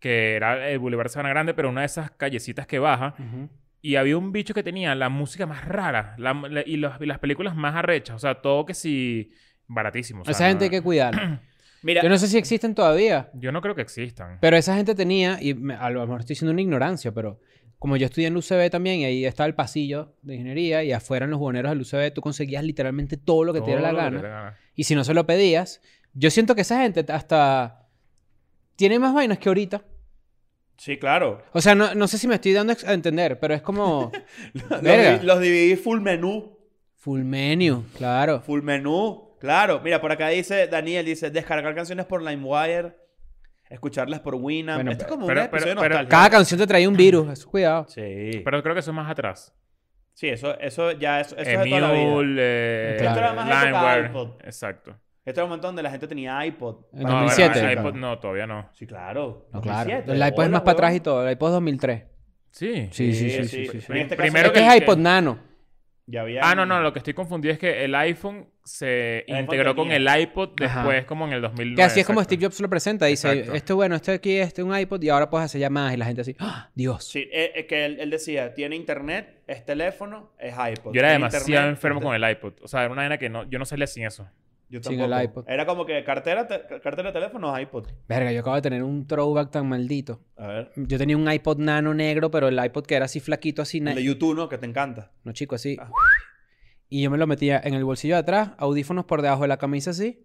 Speaker 2: Que era el Boulevard Sabana Grande, pero una de esas callecitas que baja.
Speaker 4: Ujú.
Speaker 2: Y había un bicho que tenía la música más rara. la- la- y, los- y las películas más arrechas. O sea, todo que sí... Baratísimo. o sea,
Speaker 4: Esa gente hay
Speaker 2: no-
Speaker 4: que cuidarla.
Speaker 3: Mira,
Speaker 4: Yo no sé si existen todavía,
Speaker 2: Yo no creo que existan.
Speaker 4: pero esa gente tenía, y me- a lo mejor estoy siendo una ignorancia, pero como yo estudié en UCB también, y ahí estaba el pasillo de ingeniería, y afuera en los buhoneros del UCB tú conseguías literalmente todo lo que te
Speaker 2: Todo
Speaker 4: diera
Speaker 2: lo
Speaker 4: la
Speaker 2: que te
Speaker 4: gana.
Speaker 2: dé la gana.
Speaker 4: Y si no se lo pedías, yo siento que esa gente hasta tiene más vainas que ahorita.
Speaker 3: Sí, claro.
Speaker 4: O sea, no, no sé si me estoy dando ex- a entender, pero es como
Speaker 3: Los,
Speaker 4: Verga.
Speaker 3: di- los dividí full menú.
Speaker 4: full menu, claro.
Speaker 3: Full menú. Claro. Mira, por acá dice Daniel, dice descargar canciones por LimeWire, escucharlas por Winamp.
Speaker 4: Bueno,
Speaker 3: Esto es como
Speaker 2: pero-
Speaker 3: un episodio
Speaker 2: pero- pero-
Speaker 3: nostálgico.
Speaker 4: Cada canción te traía un virus, eso cuidado.
Speaker 3: Sí.
Speaker 2: Pero creo que eso es más atrás.
Speaker 3: sí, eso, eso ya eso, eso es de toda la vida.
Speaker 2: Emule, eh,
Speaker 4: Claro. Esto
Speaker 3: era más época de
Speaker 2: LimeWire.
Speaker 3: iPod.
Speaker 2: Exacto.
Speaker 3: Esto era un momento donde la gente tenía iPod.
Speaker 4: En
Speaker 2: No,
Speaker 4: 2007.
Speaker 2: bueno, iPod no, todavía no.
Speaker 3: Sí, claro.
Speaker 4: No, claro.
Speaker 3: 2007.
Speaker 4: el iPod
Speaker 3: Hola,
Speaker 4: es más para atrás y
Speaker 3: huevón.
Speaker 4: todo. El iPod es 2003.
Speaker 2: Sí.
Speaker 4: Sí, sí, sí. sí,
Speaker 3: sí,
Speaker 4: sí,
Speaker 3: sí.
Speaker 4: sí.
Speaker 3: En este caso-
Speaker 2: Primero
Speaker 4: Este
Speaker 2: que,
Speaker 4: es
Speaker 2: que-
Speaker 4: iPod Nano.
Speaker 3: Ya había.
Speaker 2: Ah, no, no, lo que estoy confundido es que el iPhone se
Speaker 3: El iPhone
Speaker 2: integró con
Speaker 3: tenía.
Speaker 2: el iPod
Speaker 4: Ajá.
Speaker 2: después, como en el 2009.
Speaker 4: Que así es como
Speaker 2: exacto.
Speaker 4: Steve Jobs lo presenta. Dice,
Speaker 2: Exacto.
Speaker 4: este bueno, este aquí, este un iPod y ahora puedes hacer llamadas. Y la gente así, ¡Ah, Dios.
Speaker 3: Sí, eh, eh, que él, él decía, tiene internet, es teléfono, es iPod.
Speaker 2: Yo era
Speaker 3: Tiene
Speaker 2: demasiado
Speaker 3: internet,
Speaker 2: enfermo
Speaker 3: es
Speaker 2: con el iPod. O sea, era una vaina que no, yo no salía sin eso.
Speaker 3: Yo
Speaker 4: Sin
Speaker 3: tampoco.
Speaker 4: el iPod.
Speaker 3: Era como que cartera, te- cartera, teléfono, iPod.
Speaker 4: Verga, yo acabo de tener un throwback tan maldito.
Speaker 3: A ver.
Speaker 4: Yo tenía un iPod Nano negro, pero el iPod que era así flaquito, así...
Speaker 3: El
Speaker 4: na-
Speaker 3: de YouTube, ¿no? Que te encanta.
Speaker 4: No, chico, así.
Speaker 3: Ah.
Speaker 4: Y yo me lo metía en el bolsillo de atrás, audífonos por debajo de la camisa así,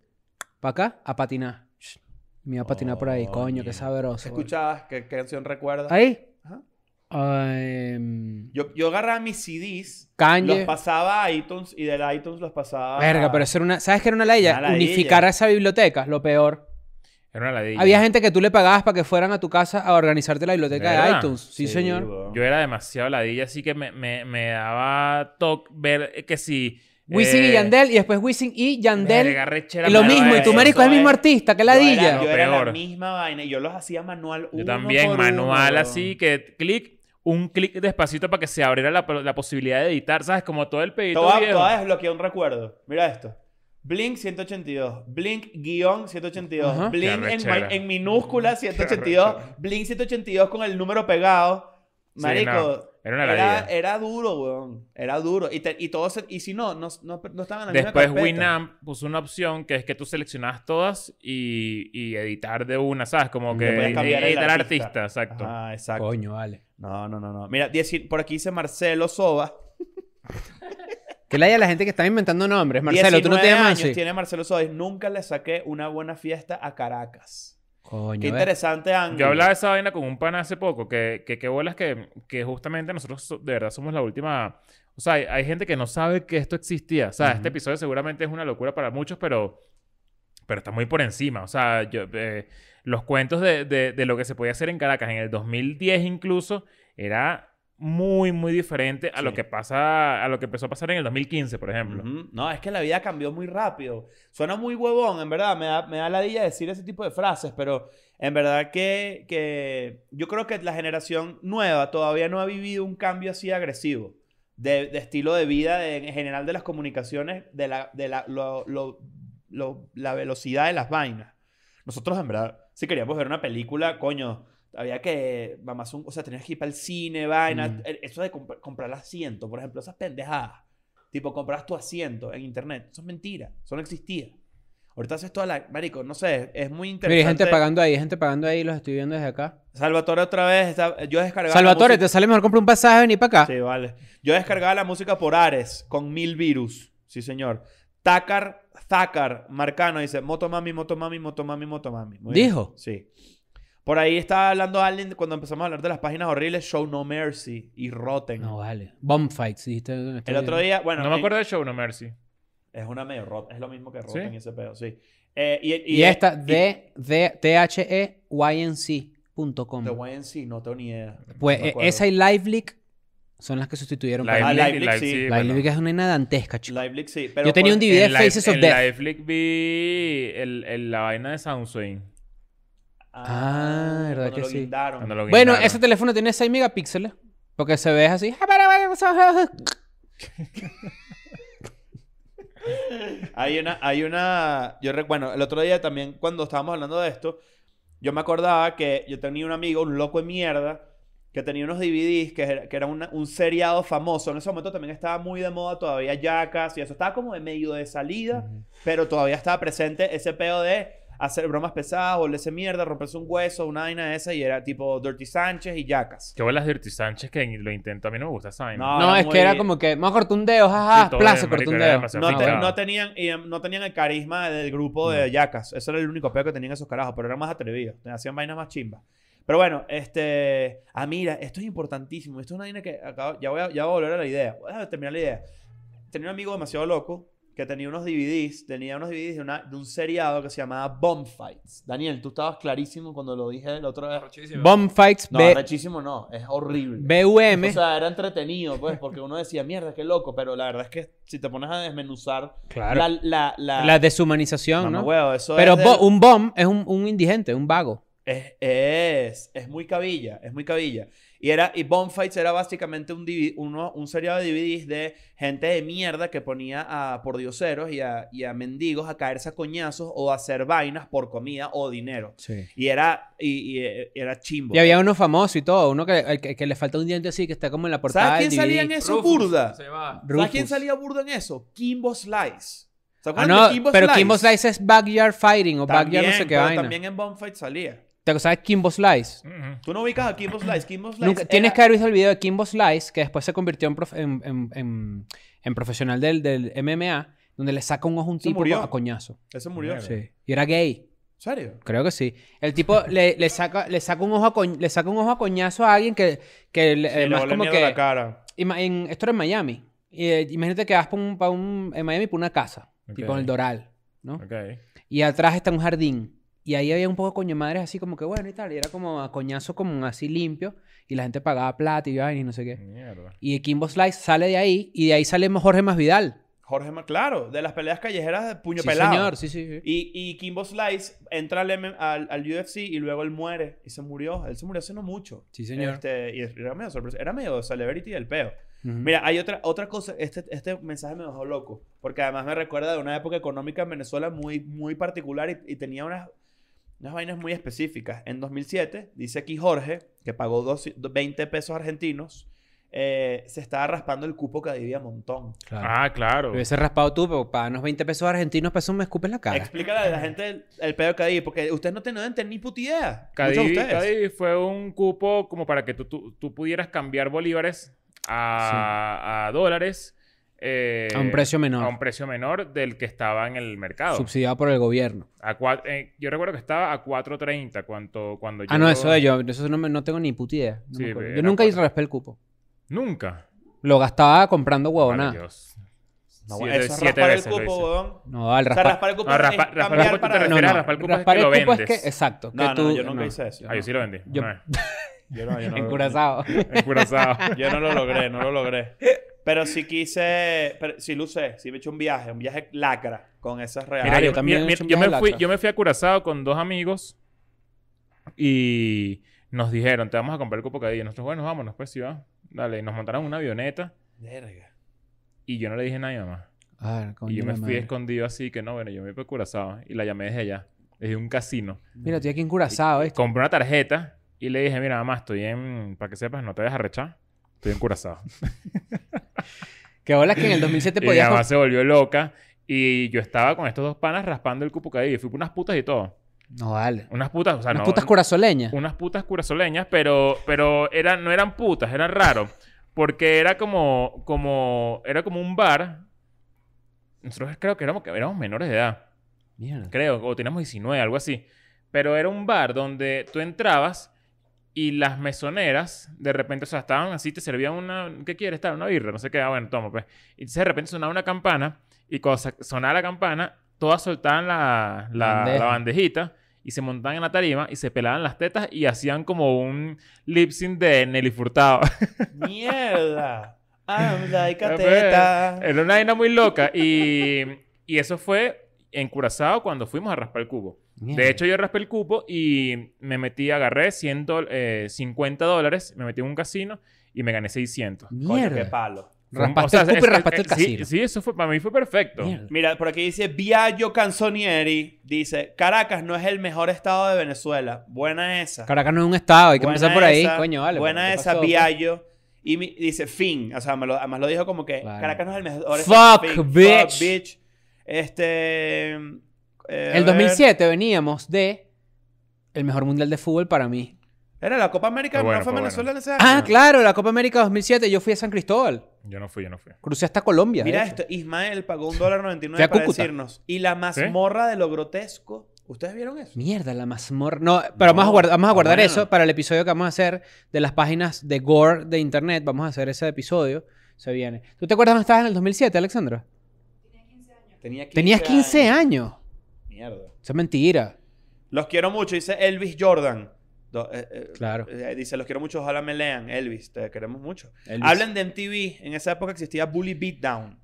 Speaker 4: para acá, a patinar. Sh, Me iba a patinar por ahí, coño,
Speaker 3: Coño.
Speaker 4: qué sabroso.
Speaker 3: ¿Qué
Speaker 4: vale.
Speaker 3: escuchabas? ¿Qué, qué canción recuerdas?
Speaker 4: Ahí.
Speaker 3: Ajá.
Speaker 4: Ah, em,
Speaker 3: Yo, yo agarraba mis CDs, los
Speaker 4: Kanye.
Speaker 3: pasaba a iTunes y del iTunes los pasaba.
Speaker 4: Verga, pero eso era una. ¿Sabes qué era una ley?
Speaker 3: Ah. Una ladilla.
Speaker 4: Unificar a esa biblioteca, lo peor.
Speaker 2: Era una ladilla.
Speaker 4: Había gente que tú le pagabas para que fueran a tu casa a organizarte la biblioteca de,
Speaker 2: ¿Verdad?
Speaker 4: iTunes. Sí, señor.
Speaker 3: weón.
Speaker 2: Yo era demasiado ladilla, así que me, me, me daba toque ver que si...
Speaker 4: Wisin y
Speaker 2: eh,
Speaker 4: Yandel, y después Wisin y Yandel.
Speaker 2: verga, rechera,
Speaker 4: y lo
Speaker 2: me daba
Speaker 4: mismo, y tu
Speaker 2: eso.
Speaker 3: mari-
Speaker 4: marico es el
Speaker 3: eso
Speaker 4: mismo
Speaker 3: es-
Speaker 4: artista, que
Speaker 3: Yo era-
Speaker 4: ladilla.
Speaker 3: Yo era, la
Speaker 2: Peor.
Speaker 3: misma vaina y yo los hacía manual.
Speaker 2: Yo
Speaker 3: uno
Speaker 2: también,
Speaker 3: por uno,
Speaker 2: manual
Speaker 3: weón.
Speaker 2: así, que clic, un clic despacito para que se abriera la, la posibilidad de editar, ¿sabes? Como todo el
Speaker 3: Te
Speaker 2: pedito
Speaker 3: voy a- te
Speaker 2: viejo.
Speaker 3: voy a desbloquear un recuerdo. Mira esto. Blink 182, Blink guión 182,
Speaker 4: Ajá.
Speaker 2: Qué
Speaker 3: Blink en, ma-
Speaker 2: arrechera.
Speaker 3: en minúscula 182, Blink 182 con el número pegado.
Speaker 2: Sí,
Speaker 3: Marico,
Speaker 2: no, era una
Speaker 3: era,
Speaker 2: ladilla.
Speaker 3: era duro, weón. Era duro. Y, te- y, todo se- y si no, no, no, no estaban en la
Speaker 2: Después
Speaker 3: misma carpeta.
Speaker 2: Winamp puso una opción que es que tú seleccionabas todas y, y editar de una, ¿sabes? Como que
Speaker 3: Le podías
Speaker 2: edi-
Speaker 3: Mm. cambiar el
Speaker 2: editar artista.
Speaker 3: artista.
Speaker 2: exacto.
Speaker 3: Ah, exacto.
Speaker 4: Coño, vale.
Speaker 3: No, no, no, no. Mira, dieci- por aquí dice Marcelo Soba.
Speaker 4: Que la haya la gente que está inventando nombres. Marcelo, tú no te
Speaker 3: 19
Speaker 4: llamas
Speaker 3: años
Speaker 4: así.
Speaker 3: tiene Marcelo Soba y nunca le saqué una buena fiesta a Caracas.
Speaker 4: Coño,
Speaker 3: Qué
Speaker 4: ¿ves?
Speaker 3: interesante ángulo.
Speaker 2: Yo hablaba de esa vaina con un pana hace poco, que, que qué bolas que, que justamente nosotros so- de verdad somos la última... O sea, hay, hay gente que no sabe que esto existía. O sea, este episodio seguramente es una locura para muchos, pero... Pero está muy por encima. O sea, yo, eh, los cuentos de, de- de lo que se podía hacer en Caracas en el 2010 incluso era muy, muy diferente a lo
Speaker 3: Sí.
Speaker 2: que pasa, a lo que empezó a pasar en el 2015, por ejemplo.
Speaker 3: Ujú. No, es que la vida cambió muy rápido. Suena muy huevón, en verdad. Me da, me da ladilla decir ese tipo de frases, pero en verdad que, que yo creo que la generación nueva todavía no ha vivido un cambio así agresivo de, de estilo de vida, de- en general de las comunicaciones, de, la, de la, lo- lo- lo- la velocidad de las vainas. Nosotros, en verdad, si queríamos ver una película, coño, había que. Mamás, un- o sea, tenías que ir para el cine, vaina.
Speaker 4: Mm.
Speaker 3: eh, Eso de comp- comprar asiento, por ejemplo, esas pendejadas. Tipo, compras tu asiento en internet. Eso es mentira. Eso no existía. Ahorita haces toda la. Marico, no sé, es muy
Speaker 4: Mira, hay gente
Speaker 3: interesante.
Speaker 4: pagando ahí, hay gente pagando ahí, los estoy viendo desde acá.
Speaker 3: Salvatore otra vez. está- Yo descargaba. la
Speaker 4: Salvatore,
Speaker 3: música-
Speaker 4: ¿te sale mejor comprar un pasaje y venir para acá?
Speaker 3: Sí, vale. Yo descargaba la música por Ares con mil virus. Sí, señor. Tácar, Zácar, Marcano dice: Motomami, Motomami, Motomami, Motomami. Muy bien.
Speaker 4: ¿Dijo?
Speaker 3: Sí. Por ahí estaba hablando alguien cuando empezamos a hablar de las páginas horribles: Show No Mercy y Rotten.
Speaker 4: No, vale. Bomb fights, dijiste. en este
Speaker 3: El otro
Speaker 4: video.
Speaker 3: día, bueno,
Speaker 2: no me
Speaker 3: en-
Speaker 2: acuerdo de Show No Mercy.
Speaker 3: es una medio rota, es lo mismo que
Speaker 2: ¿Sí?
Speaker 3: Rotten ese pedo, sí. Eh, y, y-
Speaker 4: Y, esta,
Speaker 3: y-
Speaker 4: de, de, THEYNC.com.
Speaker 3: The YNC, no tengo ni idea.
Speaker 4: Pues
Speaker 3: No me
Speaker 4: eh,
Speaker 3: acuerdo.
Speaker 4: esa y LiveLeak son las que sustituyeron. para-
Speaker 3: Ah,
Speaker 2: Live Leak,
Speaker 3: Live
Speaker 2: Live
Speaker 3: Leak,
Speaker 2: Leak,
Speaker 3: sí.
Speaker 2: sí,
Speaker 4: LiveLeak
Speaker 2: bueno.
Speaker 4: es una vaina dantesca, chico.
Speaker 3: Liveleak, sí. Pero
Speaker 4: Yo tenía
Speaker 3: por-
Speaker 4: un DVD de
Speaker 2: En Live-
Speaker 4: Faces of
Speaker 2: en
Speaker 4: Death.
Speaker 2: Live Leak vi el, el- la vaina de Soundswing.
Speaker 4: Ah, verdad
Speaker 3: cuando
Speaker 4: que
Speaker 3: lo
Speaker 4: sí.
Speaker 3: guindaron.
Speaker 2: cuando lo
Speaker 4: Bueno,
Speaker 2: guindaron.
Speaker 4: ese teléfono tiene 6 megapíxeles. Porque se ve así.
Speaker 3: Hay una, hay una, yo recuerdo, bueno, el otro día también cuando estábamos hablando de esto, yo me acordaba que yo tenía un amigo, un loco de mierda, que tenía unos DVDs que era, que era una- un seriado famoso. En ese momento también estaba muy de moda todavía Jackass y eso estaba como de medio de salida, pero todavía estaba presente ese peo de hacer bromas pesadas, volverse mierda, romperse un hueso, una vaina de esa y era tipo Dirty Sánchez y Jackass.
Speaker 2: Que bolas Dirty Sánchez que lo intento. A mí no me gusta esa vaina.
Speaker 3: No,
Speaker 4: No,
Speaker 3: era
Speaker 4: es
Speaker 3: muy-
Speaker 4: que era como que. Vamos a cortar un dedo, jaja.
Speaker 2: Sí, todo
Speaker 4: plaza,
Speaker 2: bien,
Speaker 4: cortar
Speaker 2: marico,
Speaker 4: un
Speaker 2: era
Speaker 4: dedo.
Speaker 2: demasiado
Speaker 3: No, te-
Speaker 2: Claro.
Speaker 3: no tenían, y, em, no tenían el carisma del grupo de yacas. Eso era el único peo que tenían esos carajos, pero eran más atrevidos. Hacían vainas más chimbas. Pero bueno, este. Ah, mira, esto es importantísimo. Esto es una vaina que. acabo- ya, voy a, ya voy a volver a la idea. Voy a terminar la idea. Tenía un amigo demasiado loco que tenía unos DVDs. Tenía unos DVDs de, una- de un seriado que se llamaba Bomb Fights. Daniel, tú estabas clarísimo cuando lo dije la otra vez.
Speaker 5: Muchísimo.
Speaker 4: Bomb fights,
Speaker 3: No,
Speaker 4: B-
Speaker 3: rechísimo no. Es horrible.
Speaker 4: BUM.
Speaker 3: O sea, era entretenido, pues, porque uno decía, mierda, qué loco. Pero la verdad es que si te pones a desmenuzar
Speaker 4: Claro.
Speaker 3: la, la, la,
Speaker 4: La deshumanización,
Speaker 3: Mamá
Speaker 4: ¿no?
Speaker 3: huevo, eso
Speaker 4: Pero
Speaker 3: es, del-
Speaker 4: bo- un bomb es un, un indigente, un vago.
Speaker 3: es, es, es muy cabilla, es muy cabilla. Y era y Bomb Fights era básicamente un, divi- uno, un seriado de DVDs de gente de mierda que ponía a pordioseros y a, y a mendigos a caerse a coñazos o a hacer vainas por comida o dinero.
Speaker 4: Sí.
Speaker 3: Y era, y, y, eh, era chimbo.
Speaker 4: Y había uno famoso y todo, uno que, al que, que le falta un diente así, que está como en la portada.
Speaker 3: ¿Sabes
Speaker 4: del
Speaker 3: quién salía en
Speaker 4: DVD.
Speaker 3: eso,
Speaker 5: Rufus,
Speaker 3: burda?
Speaker 5: Se llamaba.
Speaker 3: ¿Sabes quién
Speaker 4: Rufus.
Speaker 3: salía burda en eso? Kimbo Slice. ¿Se
Speaker 4: Ah,
Speaker 3: acuerdan
Speaker 4: no,
Speaker 3: de Kimbo
Speaker 4: pero
Speaker 3: Slice?
Speaker 4: Kimbo Slice es Backyard Fighting o
Speaker 3: También,
Speaker 4: Backyard no sé qué
Speaker 3: pero
Speaker 4: vaina.
Speaker 3: también en Bomb Fights salía.
Speaker 4: ¿Te sabes Kimbo Slice?
Speaker 2: Ujú.
Speaker 3: Tú no ubicas a Kimbo Slice. Kimbo Slice
Speaker 4: Nunca- tienes
Speaker 3: era-
Speaker 4: que haber visto el video de Kimbo Slice, que después se convirtió en, prof- en, en- en- en profesional del, del MMA, donde le saca un ojo a un
Speaker 3: Se
Speaker 4: tipo
Speaker 3: murió.
Speaker 4: a coñazo.
Speaker 3: Ese murió.
Speaker 2: Mierda.
Speaker 4: Sí. Y era gay.
Speaker 3: ¿En serio?
Speaker 4: Creo que sí. El tipo le, le saca, le saca un ojo a coñ- le saca un ojo a coñazo a alguien que, que le-
Speaker 3: Sí, le
Speaker 4: Eh, además
Speaker 3: volé
Speaker 4: como
Speaker 3: mierda
Speaker 4: que
Speaker 3: la cara.
Speaker 4: ima- en- esto era en Miami. Y, eh, imagínate que vas pa un, pa un- en Miami por una casa,
Speaker 2: Ok.
Speaker 4: tipo en el Doral, ¿no?
Speaker 2: Ok.
Speaker 4: Y atrás está un jardín. Y ahí había un poco de coño madres así como que bueno y tal. Y era como a coñazo como así limpio. Y la gente pagaba plata y vaina y no sé
Speaker 3: Mm.
Speaker 4: qué.
Speaker 2: Mierda.
Speaker 4: Y Kimbo Slice sale de ahí. Y de ahí sale Jorge Más Vidal.
Speaker 3: Jorge Ma- claro, de las peleas callejeras de puño
Speaker 4: Sí,
Speaker 3: pelado.
Speaker 4: señor. Sí, sí, sí.
Speaker 3: Y, y Kimbo Slice entra al, M- al, al UFC y luego él muere. Y se murió. Él se murió hace no mucho.
Speaker 4: Sí, señor.
Speaker 3: Este, y era medio sorpresa. Era medio celebrity del peo.
Speaker 4: Ujú.
Speaker 3: Mira, hay otra, otra cosa. Este, este mensaje me dejó loco. Porque además me recuerda de una época económica en Venezuela muy, muy particular y, y tenía unas, unas vainas muy específicas. En 2007, dice aquí Jorge, que pagó dos- 20 pesos argentinos, eh, se estaba raspando el cupo que debía Montón.
Speaker 4: Claro. Pues,
Speaker 2: Ah, claro.
Speaker 4: Lo hubiese raspado tú, pero para unos 20 pesos argentinos, pesos me escupes la cara.
Speaker 3: Explícale a la gente el, el pedo que había, porque ustedes no tenían ni puta idea. Muchos de
Speaker 2: Cadivi,
Speaker 3: ustedes.
Speaker 2: Cadivi fue un cupo como para que tú, tú, tú pudieras cambiar bolívares a, a dólares. eh,
Speaker 4: A un precio menor.
Speaker 2: A un precio menor del que estaba en el mercado.
Speaker 4: Subsidiado por el gobierno.
Speaker 2: A cua- eh, yo recuerdo que estaba a 4.30 cuando, cuando Pues yo...
Speaker 4: Ah, no, eso de yo. Eso no, me- no tengo ni puta idea. No
Speaker 2: Sí,
Speaker 4: me acuerdo.
Speaker 2: era
Speaker 4: yo nunca
Speaker 2: cuatro.
Speaker 4: raspé el cupo.
Speaker 2: Nunca.
Speaker 4: Lo gastaba comprando
Speaker 2: Vale,
Speaker 4: huevonada.
Speaker 2: Dios.
Speaker 3: No,
Speaker 2: Siete-
Speaker 3: bueno, eso es
Speaker 2: siete
Speaker 3: raspar el
Speaker 2: veces lo
Speaker 3: cupo,
Speaker 2: hice.
Speaker 3: weón.
Speaker 4: No,
Speaker 3: O
Speaker 4: al
Speaker 3: sea,
Speaker 4: raspar.
Speaker 3: raspar el cupo
Speaker 2: No,
Speaker 3: es
Speaker 2: raspa- raspar el
Speaker 3: cambiar
Speaker 2: cupo te
Speaker 3: para-
Speaker 2: refieres a raspar el cupo es que lo
Speaker 4: el cupo es que,
Speaker 2: vendes.
Speaker 4: exacto.
Speaker 3: No,
Speaker 4: que
Speaker 3: no,
Speaker 4: tú-
Speaker 3: yo nunca
Speaker 4: no.
Speaker 3: hice eso.
Speaker 2: Ah, yo sí lo vendí.
Speaker 4: Yo-
Speaker 2: una vez.
Speaker 3: Yo no, yo no-
Speaker 4: en Curazao.
Speaker 2: En Curazao.
Speaker 3: Yo no lo logré, no lo logré. Pero sí quise, pero sí lo usé, sí me eché un viaje, un viaje lacra con esas reales.
Speaker 2: Mira,
Speaker 4: yo
Speaker 2: yo,
Speaker 4: también
Speaker 2: mira,
Speaker 4: he hecho
Speaker 2: mira, yo
Speaker 4: viaje
Speaker 2: me fui,
Speaker 4: lacra.
Speaker 2: yo me fui a Curazao con dos amigos y nos dijeron, te vamos a comprar el cupo cadillo. Nosotros, bueno, vámonos, pues sí, va. Dale, y nos montaron en una avioneta
Speaker 3: Verga.
Speaker 2: y yo no le dije nada a mi mamá.
Speaker 4: Ah, coño
Speaker 2: y yo me
Speaker 4: de
Speaker 2: fui
Speaker 4: madre.
Speaker 2: escondido así que no, bueno, yo me fui a Curazao y la llamé desde allá, desde un casino.
Speaker 4: Mira, estoy aquí en Curazao, ¿eh?
Speaker 2: Compré una tarjeta y le dije, mira, mamá, estoy en, para que sepas, no te vayas a rechar. Estoy en Curazao.
Speaker 4: Que hola que en el 2007
Speaker 2: y mi
Speaker 4: podías...
Speaker 2: mamá se volvió loca. Y yo estaba con estos dos panas raspando el cupo cadillo. Y fui por unas putas y todo.
Speaker 4: No vale.
Speaker 2: Unas putas, o sea,
Speaker 4: Unas
Speaker 2: no-
Speaker 4: putas curazoleñas.
Speaker 2: unas putas curazoleñas, pero, pero eran, no eran putas, eran raros. Porque era como, como, era como un bar. Nosotros creo que éramos, que éramos menores de edad,
Speaker 4: Mierda.
Speaker 2: creo, o teníamos 19, algo así. Pero era un bar donde tú entrabas y las mesoneras de repente, o sea, estaban así, te servían una, ¿qué quieres? Tal, una birra, no sé qué, ah, bueno, toma, pues. Y entonces de repente sonaba una campana y cuando sa- sonaba la campana, todas soltaban la, la-
Speaker 4: Bandeja.
Speaker 2: la bandejita y se montaban en la tarima y se pelaban las tetas y hacían como un lip sync de Nelly Furtado.
Speaker 3: Mierda. I'm like a
Speaker 2: Pues,
Speaker 3: teta.
Speaker 2: Era una vaina muy loca y, y eso fue en Curazao cuando fuimos a raspar el cubo. De hecho, yo raspé el cupo y me metí, agarré 100 dol- eh, 50 dólares, me metí en un casino y me gané 600.
Speaker 3: Coño,
Speaker 4: Mierda.
Speaker 3: qué palo.
Speaker 2: Fue un-
Speaker 4: Raspaste el cupo y
Speaker 2: es- es-
Speaker 4: raspaste el
Speaker 2: sí,
Speaker 4: casino.
Speaker 2: Sí, eso fue, para mí fue perfecto.
Speaker 4: Mierda.
Speaker 3: Mira, por aquí dice Viaggio Canzonieri. Dice, Caracas no es el mejor estado de Venezuela. Buena esa.
Speaker 4: Caracas no es un estado, hay que
Speaker 3: Buena
Speaker 4: empezar por ahí,
Speaker 3: esa,
Speaker 4: coño, vale.
Speaker 3: Buena
Speaker 4: ¿qué
Speaker 3: esa,
Speaker 4: pasó, pues?
Speaker 3: Viallo. Y mi- dice, fin. O sea, me lo, además lo dijo como que
Speaker 4: Claro.
Speaker 3: Caracas no es el mejor.
Speaker 4: Fuck,
Speaker 3: Fin.
Speaker 4: bitch.
Speaker 3: Este... eh, a
Speaker 4: El
Speaker 3: ver.
Speaker 4: 2007 veníamos de el mejor mundial de fútbol para mí.
Speaker 3: Era la Copa América,
Speaker 2: Fue bueno,
Speaker 3: no fue
Speaker 2: fue
Speaker 3: Venezuela en ese
Speaker 4: Ah,
Speaker 3: año.
Speaker 4: claro, la Copa América 2007, yo fui a San Cristóbal,
Speaker 2: Yo no fui, yo no fui.
Speaker 4: crucé hasta Colombia. ¿eh?
Speaker 3: Mira
Speaker 4: de hecho.
Speaker 3: esto, Ismael pagó un dólar 99
Speaker 4: Fui a
Speaker 3: para
Speaker 4: Cúcuta.
Speaker 3: decirnos. Y la mazmorra de lo grotesco. ¿Ustedes vieron eso?
Speaker 4: Mierda, la mazmorra. No, pero vamos a
Speaker 3: No,
Speaker 4: guardar, vamos a
Speaker 3: está
Speaker 4: guardar
Speaker 3: bueno.
Speaker 4: eso para el episodio que vamos a hacer de las páginas de gore de internet. Vamos a hacer ese episodio. Se viene. ¿Tú te acuerdas dónde estabas en el 2007, Alexandra?
Speaker 3: Tenía 15
Speaker 4: Tenías 15 años.
Speaker 3: Mierda.
Speaker 4: Eso es mentira.
Speaker 3: Los quiero mucho, dice Elvis Jordan. Do- eh, eh,
Speaker 4: Claro.
Speaker 3: eh, dice, los quiero mucho, ojalá me lean. Elvis, te queremos mucho.
Speaker 4: Elvis.
Speaker 3: Hablan de MTV. En esa época existía Bully Beatdown.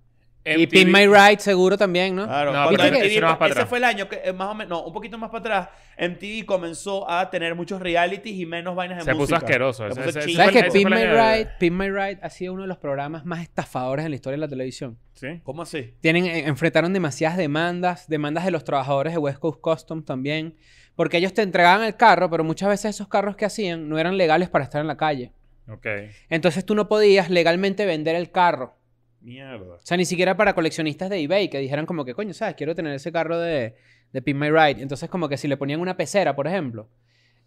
Speaker 3: Eh,
Speaker 4: Y Pin My Ride seguro también, ¿no?
Speaker 3: Claro.
Speaker 2: No,
Speaker 3: cuando
Speaker 4: pero
Speaker 3: MTV
Speaker 2: eso era más para
Speaker 3: ese
Speaker 2: atrás.
Speaker 3: fue el año que eh, más o menos, no, un poquito más para atrás, MTV comenzó a tener muchos realities y menos vainas en
Speaker 2: Se puso
Speaker 3: música.
Speaker 2: asqueroso.
Speaker 3: Se
Speaker 2: Ese-
Speaker 3: puso
Speaker 2: ese-
Speaker 3: chimbo.
Speaker 4: ¿Sabes
Speaker 2: fue-
Speaker 4: que
Speaker 2: eso
Speaker 4: Pin
Speaker 2: fue la
Speaker 4: My
Speaker 2: idea.
Speaker 4: Ride, Pin My Ride ha sido uno de los programas más estafadores en la historia de la televisión?
Speaker 2: Sí.
Speaker 3: ¿Cómo así?
Speaker 4: Tienen, eh, enfrentaron demasiadas demandas, demandas de los trabajadores de West Coast Customs también, porque ellos te entregaban el carro, pero muchas veces esos carros que hacían no eran legales para estar en la calle.
Speaker 2: Ok. E,
Speaker 4: Entonces tú no podías legalmente vender el carro.
Speaker 3: Mierda.
Speaker 4: O sea, ni siquiera para coleccionistas de eBay que dijeran como que, coño, ¿sabes? Quiero tener ese carro de, de Pin My Ride. Entonces como que si le ponían una pecera, por ejemplo,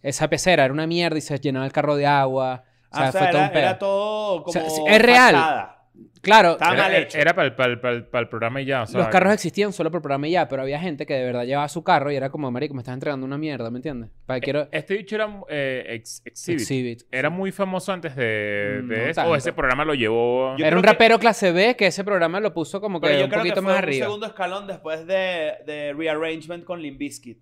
Speaker 4: esa pecera era una mierda y se llenaba el carro de agua. O sea,
Speaker 3: Ah, o sea,
Speaker 4: fue todo
Speaker 3: era,
Speaker 4: un pedo.
Speaker 3: era todo como.
Speaker 4: sea, sí, es real.
Speaker 3: fachada.
Speaker 4: Claro,
Speaker 3: Está mal
Speaker 2: Era,
Speaker 3: hecho.
Speaker 2: era para, el, para, el, para, el, para el programa y ya. o sea,
Speaker 4: los carros existían solo por programa y ya, pero había gente que de verdad llevaba su carro y era como, marico, me estás entregando una mierda, ¿me entiendes? Para que quiero...
Speaker 2: Este bicho era eh, ex- exhibit.
Speaker 4: Exhibit.
Speaker 2: Era muy famoso antes de,
Speaker 4: Mm,
Speaker 2: de
Speaker 4: no
Speaker 2: eso.
Speaker 4: tanto.
Speaker 2: O ese programa lo llevó.
Speaker 3: Yo
Speaker 4: era un
Speaker 3: creo que-
Speaker 4: rapero clase B que ese programa lo puso como que
Speaker 3: Pero yo
Speaker 4: un
Speaker 3: creo que
Speaker 4: poquito
Speaker 3: fue
Speaker 4: más
Speaker 3: un
Speaker 4: arriba.
Speaker 3: segundo escalón después de, de Rearrangement con Limbiskit.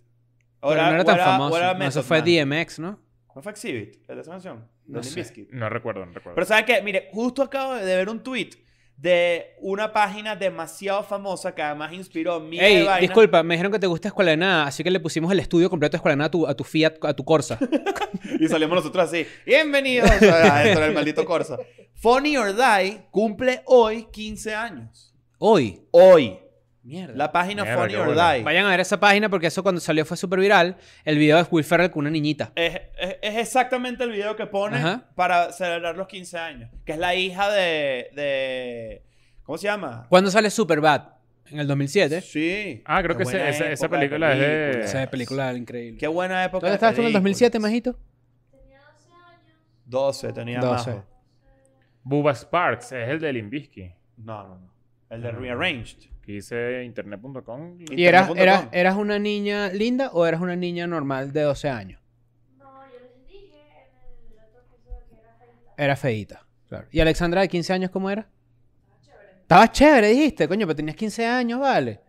Speaker 4: Pero no era tan famoso. No, eso fue DMX, ¿no?
Speaker 3: ¿No fue Exhibit? ¿El de esa canción? De
Speaker 4: No
Speaker 3: Limp
Speaker 4: sé.
Speaker 3: Bizkit.
Speaker 2: No recuerdo, no recuerdo.
Speaker 3: Pero ¿sabes qué? Mire, justo acabo de ver un tweet de una página demasiado famosa que además inspiró miles de
Speaker 4: Ey,
Speaker 3: vainas.
Speaker 4: disculpa, me dijeron que te gusta Escuela de Nada, así que le pusimos el estudio completo de Escuela de Nada a tu, a tu Fiat, a tu Corsa.
Speaker 3: Y salimos nosotros así. Bienvenidos a esto era el maldito Corsa. Funny or Die cumple hoy 15 años.
Speaker 4: Hoy.
Speaker 3: Hoy.
Speaker 4: Mierda.
Speaker 3: La página
Speaker 2: Mierda,
Speaker 3: Funny
Speaker 2: qué
Speaker 3: or
Speaker 2: bueno.
Speaker 3: Die.
Speaker 4: Vayan a ver esa página porque eso cuando salió fue súper viral. El video de Will Ferrell con una niñita.
Speaker 3: Es, es- es exactamente el video que pone
Speaker 4: Ajá.
Speaker 3: para celebrar los 15 años. Que es la hija de. de- ¿Cómo se llama?
Speaker 4: ¿Cuándo sale Superbad? En el 2007.
Speaker 3: Sí.
Speaker 2: Ah, creo
Speaker 3: Qué
Speaker 2: que ese-
Speaker 3: buena
Speaker 2: esa- esa
Speaker 3: época de
Speaker 2: película es de-
Speaker 3: películas.
Speaker 4: Esa película increíble.
Speaker 3: Qué buena época.
Speaker 4: ¿Dónde
Speaker 3: de
Speaker 4: estabas tú en el 2007,
Speaker 3: películas.
Speaker 4: majito?
Speaker 3: 12 tenía
Speaker 4: 12.
Speaker 3: Majo.
Speaker 2: Bubba Sparks es el de Limbisky.
Speaker 3: No, no, no. El de Rearranged.
Speaker 2: Que dice internet.com.
Speaker 4: ¿Y eras,
Speaker 3: Internet.com.
Speaker 4: eras, eras una niña linda o eras una niña normal de 12 años? Era feíta. Claro. ¿Y Alexandra de 15 años cómo era? Estaba chévere, dijiste, coño, pero tenías 15 años, vale.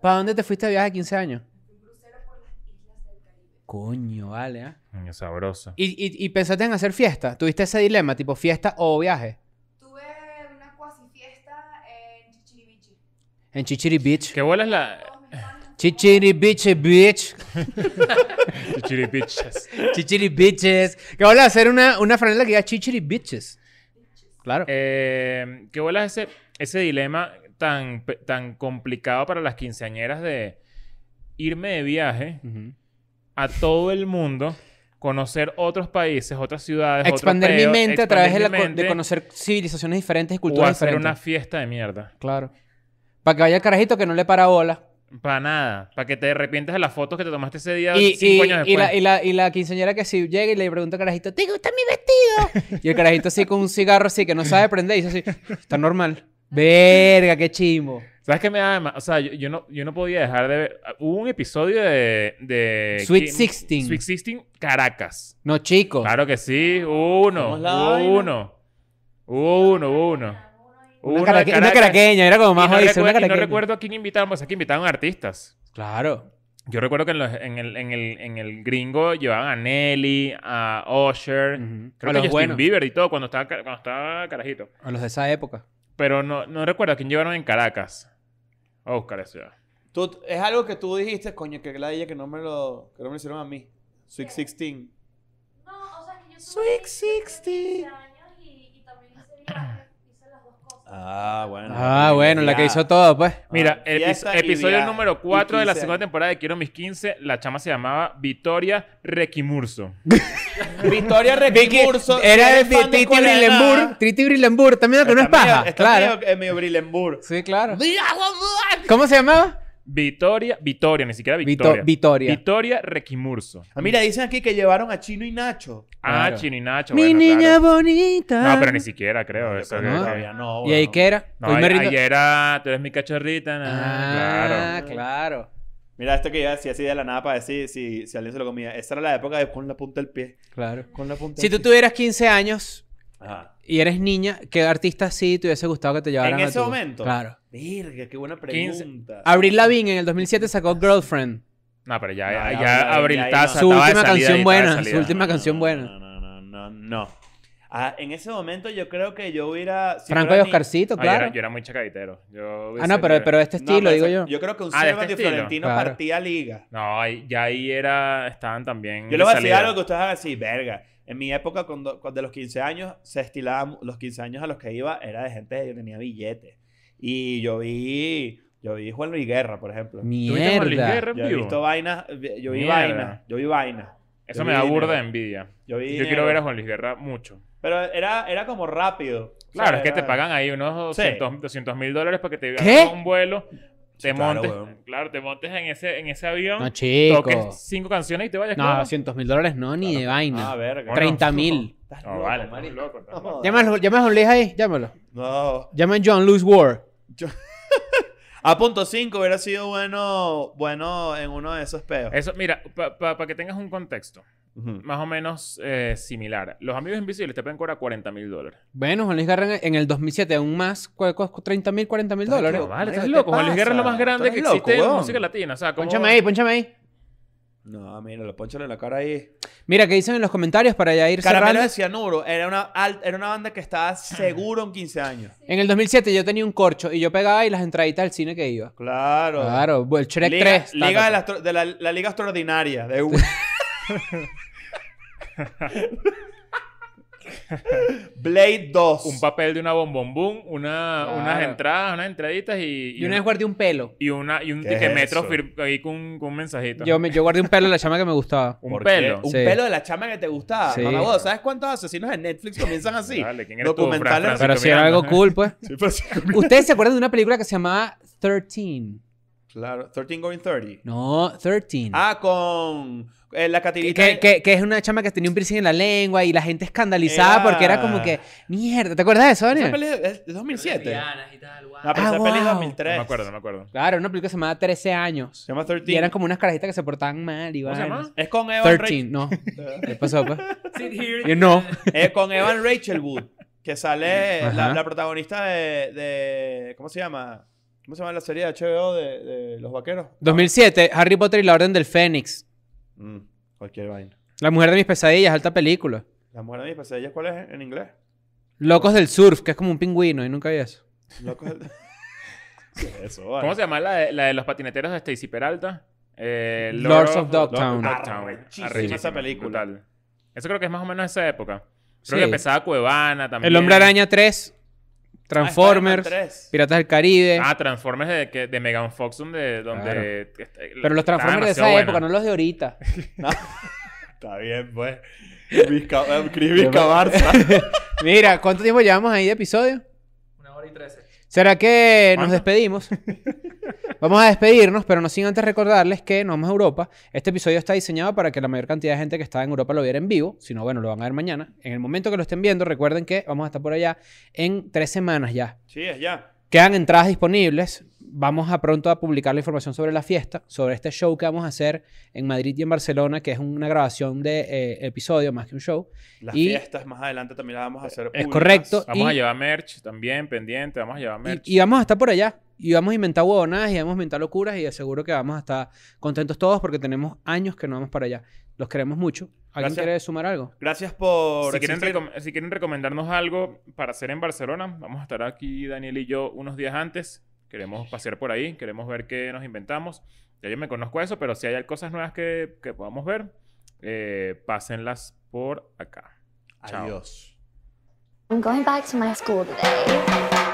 Speaker 4: ¿Para dónde te fuiste de viaje a 15 años? Coño, vale, ¿ah?
Speaker 2: Coño, Mm, sabroso.
Speaker 4: ¿Y, y, y pensaste en hacer fiesta? ¿Tuviste ese dilema, tipo fiesta o viaje?
Speaker 6: Tuve una cuasi fiesta en Chichiribichi.
Speaker 4: En Chichiri Beach.
Speaker 2: ¿Qué bolas la...?
Speaker 6: Todos mis panas.
Speaker 4: Chichiri Beach, bitch.
Speaker 2: Chichiri bitches.
Speaker 4: Chichiri Bitches. Que van a hacer una, una franela que diga Chichiri Bitches. Claro.
Speaker 2: Eh, ¿Qué bolas ese, ese dilema tan, pe- tan complicado para las quinceañeras de irme de viaje
Speaker 4: Ujú.
Speaker 2: a todo el mundo, conocer otros países, otras ciudades, otro
Speaker 4: Expander mi
Speaker 2: peo,
Speaker 4: mente a través de,
Speaker 2: expandir mi
Speaker 4: la co- de
Speaker 2: mente,
Speaker 4: conocer civilizaciones diferentes y
Speaker 2: o
Speaker 4: culturas
Speaker 2: hacer
Speaker 4: diferentes.
Speaker 2: una fiesta de mierda.
Speaker 4: Claro. Para que vaya el carajito que no le para bola.
Speaker 2: Para nada. Para que te arrepientes de las fotos que te tomaste ese día
Speaker 4: Y, y,
Speaker 2: cinco años después.
Speaker 4: y la, y, la, y la quinceañera que si llega y le pregunta al carajito, ¿te gusta mi vestido? Y el carajito así con un cigarro así que no sabe prender y dice así, está normal. Verga, qué chimbo.
Speaker 2: ¿Sabes qué me da más? O sea, yo, yo no, yo no podía dejar de ver. Hubo un episodio de. de
Speaker 4: Sweet
Speaker 2: Kim-
Speaker 4: 16.
Speaker 2: Sweet 16 Caracas.
Speaker 4: No, chico.
Speaker 2: Claro que sí. Hubo uno.
Speaker 3: ¿Cómo es la
Speaker 2: Hubo
Speaker 3: vaina?
Speaker 2: uno. Hubo uno, hubo uno. Hubo uno
Speaker 4: Una,
Speaker 2: de
Speaker 4: caraque- una
Speaker 2: Caracas.
Speaker 4: caraqueña, era como
Speaker 2: Y
Speaker 4: más
Speaker 2: no,
Speaker 4: jodido,
Speaker 2: recuer-
Speaker 4: una
Speaker 2: y no
Speaker 4: caraqueña.
Speaker 2: recuerdo a quién invitaban. O sea, que invitaban artistas.
Speaker 4: Claro.
Speaker 2: Yo recuerdo que en, los- en el, en, el, en el gringo llevaban a Nelly, a Usher.
Speaker 4: Ujú.
Speaker 2: Creo que
Speaker 4: A los
Speaker 2: Justin
Speaker 4: buenos.
Speaker 2: Bieber y todo cuando estaba, ca- cuando estaba carajito.
Speaker 4: A los de esa época.
Speaker 2: Pero no, no recuerdo a quién llevaron en Caracas. A buscar eso ya.
Speaker 4: Ah,
Speaker 3: Tú- es algo que tú dijiste, coño, que la de ella que no me lo, que no me lo hicieron a mí. Sweet 16.
Speaker 6: No, o sea que yo tuve
Speaker 3: Sweet
Speaker 6: 16
Speaker 3: 16.
Speaker 6: años y, y también hice viaje, hice las dos cosas.
Speaker 3: Ah, bueno.
Speaker 4: Ah, bueno, la que hizo todo, pues.
Speaker 2: Mira,
Speaker 3: Ah,
Speaker 2: epi-
Speaker 3: fiesta y
Speaker 2: episodio
Speaker 3: viaje.
Speaker 2: número
Speaker 3: Y
Speaker 2: 4 de la
Speaker 3: 15
Speaker 2: segunda
Speaker 3: años.
Speaker 2: temporada de Quiero mis 15. La chama se llamaba Victoria Requimurso.
Speaker 3: Victoria Recurso.
Speaker 4: Era el de Triti Brillenburg. Triti Brillenburg, también que no es paja. Claro.
Speaker 3: Es medio Brillenburg.
Speaker 4: Sí, claro. ¿Cómo se llamaba?
Speaker 2: Victoria, Victoria, ni siquiera
Speaker 4: Vito-
Speaker 2: Victoria.
Speaker 4: Victoria.
Speaker 2: Victoria Requimurso.
Speaker 3: Ah, mira, dicen aquí que llevaron a Chino y Nacho.
Speaker 2: Ah,
Speaker 4: Claro.
Speaker 2: Chino y Nacho.
Speaker 4: Mi
Speaker 2: bueno,
Speaker 4: niña
Speaker 2: claro.
Speaker 4: bonita.
Speaker 2: No, pero ni siquiera creo. eso
Speaker 3: Pero
Speaker 2: que-
Speaker 4: no.
Speaker 2: que-
Speaker 3: todavía no.
Speaker 4: ¿Y ahí
Speaker 3: bueno.
Speaker 4: qué era?
Speaker 2: No,
Speaker 4: Hoy me
Speaker 2: ay-
Speaker 4: rindo-
Speaker 2: ayer era, tú eres mi cachorrita. nah,
Speaker 4: Ah,
Speaker 2: claro.
Speaker 4: claro.
Speaker 3: Mira, esto que yo hacía así de la nada para decir si, si alguien se lo comía. Esa era la época de con la punta del pie.
Speaker 4: Claro.
Speaker 3: Con la punta
Speaker 4: Si tú
Speaker 3: del Ah,
Speaker 4: tuvieras 15 años
Speaker 3: pie. Ajá.
Speaker 4: y eres niña, ¿qué artista sí te hubiese gustado que te llevaran
Speaker 3: En
Speaker 4: a
Speaker 3: ese
Speaker 4: tu-
Speaker 3: momento.
Speaker 4: Claro.
Speaker 3: Verga, qué buena
Speaker 2: 15.
Speaker 3: pregunta.
Speaker 4: Abril Lavigne en el 2007 sacó Girlfriend.
Speaker 2: No, pero ya,
Speaker 3: No,
Speaker 2: ya,
Speaker 3: ya,
Speaker 2: ya
Speaker 3: ya,
Speaker 2: Abril
Speaker 3: ya, ya.
Speaker 2: Taza
Speaker 4: Su
Speaker 2: estaba de
Speaker 4: última
Speaker 2: salida y
Speaker 4: canción
Speaker 2: estaba de
Speaker 4: buena,
Speaker 2: salida.
Speaker 4: su última canción buena.
Speaker 3: No, no, no, no, no. Ah, en ese momento yo creo que yo hubiera... si
Speaker 4: Franco y
Speaker 3: fuera ni-
Speaker 4: Oscarcito,
Speaker 2: Ah, yo,
Speaker 4: claro.
Speaker 2: era, yo era muy chacaditero. Yo
Speaker 4: ah, no, pero, pero este
Speaker 3: No,
Speaker 4: estilo,
Speaker 3: pero
Speaker 4: digo
Speaker 3: esa-
Speaker 4: yo.
Speaker 3: Yo creo que un
Speaker 2: Ah, de
Speaker 3: Servant
Speaker 2: este
Speaker 3: y
Speaker 2: estilo.
Speaker 3: Florentino
Speaker 4: Claro.
Speaker 3: partía liga.
Speaker 2: No, ahí- ya ahí era... Estaban también...
Speaker 3: Yo le voy a
Speaker 2: de
Speaker 3: decir
Speaker 2: salida.
Speaker 3: algo que ustedes van a decir, verga. En mi época, cuando, cuando de los 15 años, se estilaba, mu- los 15 años a los que iba, era de gente que tenía billetes. Y yo vi, yo vi Juan Luis Guerra, por ejemplo.
Speaker 2: ¿Tú viste a Juan Luis
Speaker 4: Mierda.
Speaker 2: Guerra en
Speaker 3: Yo he
Speaker 2: vivo?
Speaker 3: visto vainas, yo vi
Speaker 2: Mierda.
Speaker 3: vainas, yo vi vainas.
Speaker 2: Eso
Speaker 3: Yo
Speaker 2: me
Speaker 3: vi
Speaker 2: da
Speaker 3: dinero.
Speaker 2: burda de envidia.
Speaker 3: Yo vi
Speaker 2: Yo quiero
Speaker 3: dinero.
Speaker 2: ver a Juan Luis Guerra mucho.
Speaker 3: Pero era, era como rápido.
Speaker 2: Claro,
Speaker 3: O sea,
Speaker 2: es que te
Speaker 3: era-
Speaker 2: pagan ahí unos
Speaker 3: Sí.
Speaker 2: 200 mil dólares para que te
Speaker 4: ¿Qué?
Speaker 2: hagas un vuelo. Te
Speaker 3: claro,
Speaker 2: montes,
Speaker 3: weón.
Speaker 2: claro, te montes en ese, en ese avión,
Speaker 4: No, chico.
Speaker 2: toques cinco canciones y te vayas.
Speaker 4: No,
Speaker 2: claro.
Speaker 4: 200 mil dólares no, ni de
Speaker 3: Ah,
Speaker 4: vaina.
Speaker 3: verga.
Speaker 4: 30 mil.
Speaker 3: Estás
Speaker 2: No,
Speaker 3: loco,
Speaker 2: vale, estás
Speaker 3: marico.
Speaker 2: loco, estás loco.
Speaker 4: Llámalo, llama a John Lewis ahí, llámalo.
Speaker 3: No.
Speaker 4: Llama a John Lewis Ward.
Speaker 3: A punto 5 hubiera sido bueno, bueno en uno de esos peos.
Speaker 2: Eso, mira, para que tengas un contexto
Speaker 3: Ujú.
Speaker 2: más o menos eh, similar. Los amigos invisibles te pueden cobrar 40 mil dólares.
Speaker 4: Bueno, Juan Luis Guerra en- en el 2007, aún más, cu- cu- 30 mil, 40 mil
Speaker 3: Estás
Speaker 4: dólares.
Speaker 2: No,
Speaker 3: loco,
Speaker 2: vale,
Speaker 3: marico,
Speaker 2: estás
Speaker 3: ¿qué
Speaker 2: loco. Juan Luis
Speaker 3: pasa?
Speaker 2: Guerra es lo más grande
Speaker 3: Tú
Speaker 2: que
Speaker 3: eres
Speaker 2: existe
Speaker 3: loco,
Speaker 2: en
Speaker 3: weón.
Speaker 2: música latina. O sea, como...
Speaker 4: Pónchame ahí, pónchame ahí.
Speaker 3: No, mira, lo ponchale en la cara ahí.
Speaker 4: Mira, ¿qué dicen en los comentarios para ya ir
Speaker 3: Caramelo
Speaker 4: cerrando?
Speaker 3: de Cianuro era una, al- era una banda que estaba seguro en 15 años.
Speaker 4: En el 2007 yo tenía un corcho y yo pegaba ahí las entraditas al cine que iba.
Speaker 3: Claro.
Speaker 4: Claro, el Shrek
Speaker 3: Liga,
Speaker 4: 3.
Speaker 3: Liga
Speaker 4: ta,
Speaker 3: de,
Speaker 4: ta,
Speaker 3: la, de la, la Liga Extraordinaria. De... Blade 2.
Speaker 2: Un papel de una bombombum, una,
Speaker 4: Claro.
Speaker 2: unas entradas, unas entraditas y...
Speaker 4: ta. Yo una vez guardé un pelo.
Speaker 2: y una- y un
Speaker 3: ¿Qué es
Speaker 2: tiquemetro
Speaker 3: eso?
Speaker 2: fir- ahí con, con un mensajito.
Speaker 4: Yo, me, yo guardé un pelo a la chama que me gustaba.
Speaker 2: Un
Speaker 3: ¿Por qué?
Speaker 2: pelo.
Speaker 3: Un
Speaker 4: Sí.
Speaker 3: pelo de la chama que te gustaba.
Speaker 4: Sí.
Speaker 3: Mamá, huevo, ¿sabes cuántos asesinos en Netflix comienzan así?
Speaker 2: Dale, ¿quién eres tú, Fran
Speaker 3: Documentales.
Speaker 4: Pero si era
Speaker 2: Miranda.
Speaker 4: algo cool, pues.
Speaker 3: Sí, pero sí.
Speaker 4: ¿Ustedes se acuerdan de una película que se llamaba 13?
Speaker 3: Claro, 13 Going 30.
Speaker 4: No, 13.
Speaker 3: Ah, con eh, la
Speaker 4: Que,
Speaker 3: catirita.
Speaker 4: que- que- que es una chama que tenía un piercing en la lengua y la gente escandalizada
Speaker 3: Era-
Speaker 4: porque era como que, mierda, ¿te acuerdas de eso,
Speaker 3: Esa
Speaker 4: Daniel?
Speaker 3: peli es de 2007. No,
Speaker 5: Lesbianas y tal, guau.
Speaker 3: pero
Speaker 4: Ah,
Speaker 3: esa peli es
Speaker 4: wow.
Speaker 3: 2003.
Speaker 2: No me acuerdo, no me acuerdo.
Speaker 4: Claro, una película que se llamaba 13 años.
Speaker 3: Se llama 13.
Speaker 4: Y eran como unas carajitas que se portaban mal y
Speaker 2: ¿Cómo se
Speaker 4: vainas.
Speaker 2: llama?
Speaker 3: Es con Evan,
Speaker 4: 13, no.
Speaker 3: Ra-
Speaker 4: ¿Qué pasó, pues?
Speaker 5: Sit here.
Speaker 4: You know.
Speaker 3: eh, con Evan Rachel Wood, que sale
Speaker 4: Ajá.
Speaker 3: la, la protagonista de, de- ¿Cómo se llama? ¿Cómo se llama la serie de HBO de, de Los Vaqueros?
Speaker 4: 2007, Harry Potter y la Orden del Fénix.
Speaker 3: Mm. Cualquier vaina.
Speaker 4: La mujer de mis pesadillas, alta película.
Speaker 3: La mujer de mis pesadillas, pues, ¿cuál es en inglés?
Speaker 4: Locos del surf, que es como un pingüino y nunca vi eso.
Speaker 3: Loco es el- ¿Qué es eso, Ah, vale?
Speaker 2: ¿Cómo se llama la de, la de los patineteros de Stacy Peralta? Eh,
Speaker 4: Lords of Dogtown.
Speaker 3: Arrechísima
Speaker 2: Arrechísima,
Speaker 3: esa película.
Speaker 2: brutal. Eso creo que es más o menos esa época. Creo
Speaker 4: Sí.
Speaker 2: que empezaba Cuevana también.
Speaker 4: El Hombre Araña 3,
Speaker 3: Ah, Spider-Man
Speaker 4: Transformers,
Speaker 3: 3.
Speaker 4: Piratas del Caribe.
Speaker 2: Ah, Transformers de, que- de Megan Fox, donde. donde
Speaker 4: pero los Transformers de esa época, no los de ahorita.
Speaker 3: Está bien, pues. Vizca- eh, Chris Vizca Barça.
Speaker 4: Mira, ¿cuánto tiempo llevamos ahí de episodio?
Speaker 5: Una hora y trece.
Speaker 4: ¿Será que nos
Speaker 2: ¿Cuánto?
Speaker 4: despedimos? vamos a despedirnos, pero no sin antes recordarles que nos vamos a Europa. Este episodio está diseñado para que la mayor cantidad de gente que está en Europa lo viera en vivo. Si no, bueno, lo van a ver mañana. En el momento que lo estén viendo, recuerden que vamos a estar por allá en tres semanas ya.
Speaker 3: Sí, es ya.
Speaker 4: Quedan entradas disponibles. Vamos a pronto a publicar la información sobre la fiesta, sobre este show que vamos a hacer en Madrid y en Barcelona, que es una grabación de eh, episodio más que un show.
Speaker 3: Las
Speaker 4: Y-
Speaker 3: fiestas más adelante también las
Speaker 2: eh,
Speaker 3: vamos a hacer.
Speaker 4: Es
Speaker 3: públicas.
Speaker 4: correcto.
Speaker 2: Vamos a
Speaker 4: Y-
Speaker 2: llevar merch también, pendiente. Vamos a llevar
Speaker 4: Y-
Speaker 2: merch.
Speaker 4: Y, vamos a estar por allá. Y vamos a inventar huevonadas y vamos a inventar locuras y de seguro que vamos a estar contentos todos porque tenemos años que no vamos para allá. Los queremos mucho. ¿Alguien
Speaker 3: Gracias.
Speaker 4: quiere sumar algo?
Speaker 3: Gracias por.
Speaker 2: si, quieren
Speaker 3: existir.
Speaker 2: recom- si quieren recomendarnos algo para hacer en Barcelona, vamos a estar aquí Daniel y yo unos días antes. Queremos pasear por ahí, queremos ver qué nos inventamos. Ya yo me conozco eso, pero si hay cosas nuevas que, que podamos ver, eh, pásenlas por acá. Chao.
Speaker 3: Adiós.
Speaker 1: I'm going back to my school today.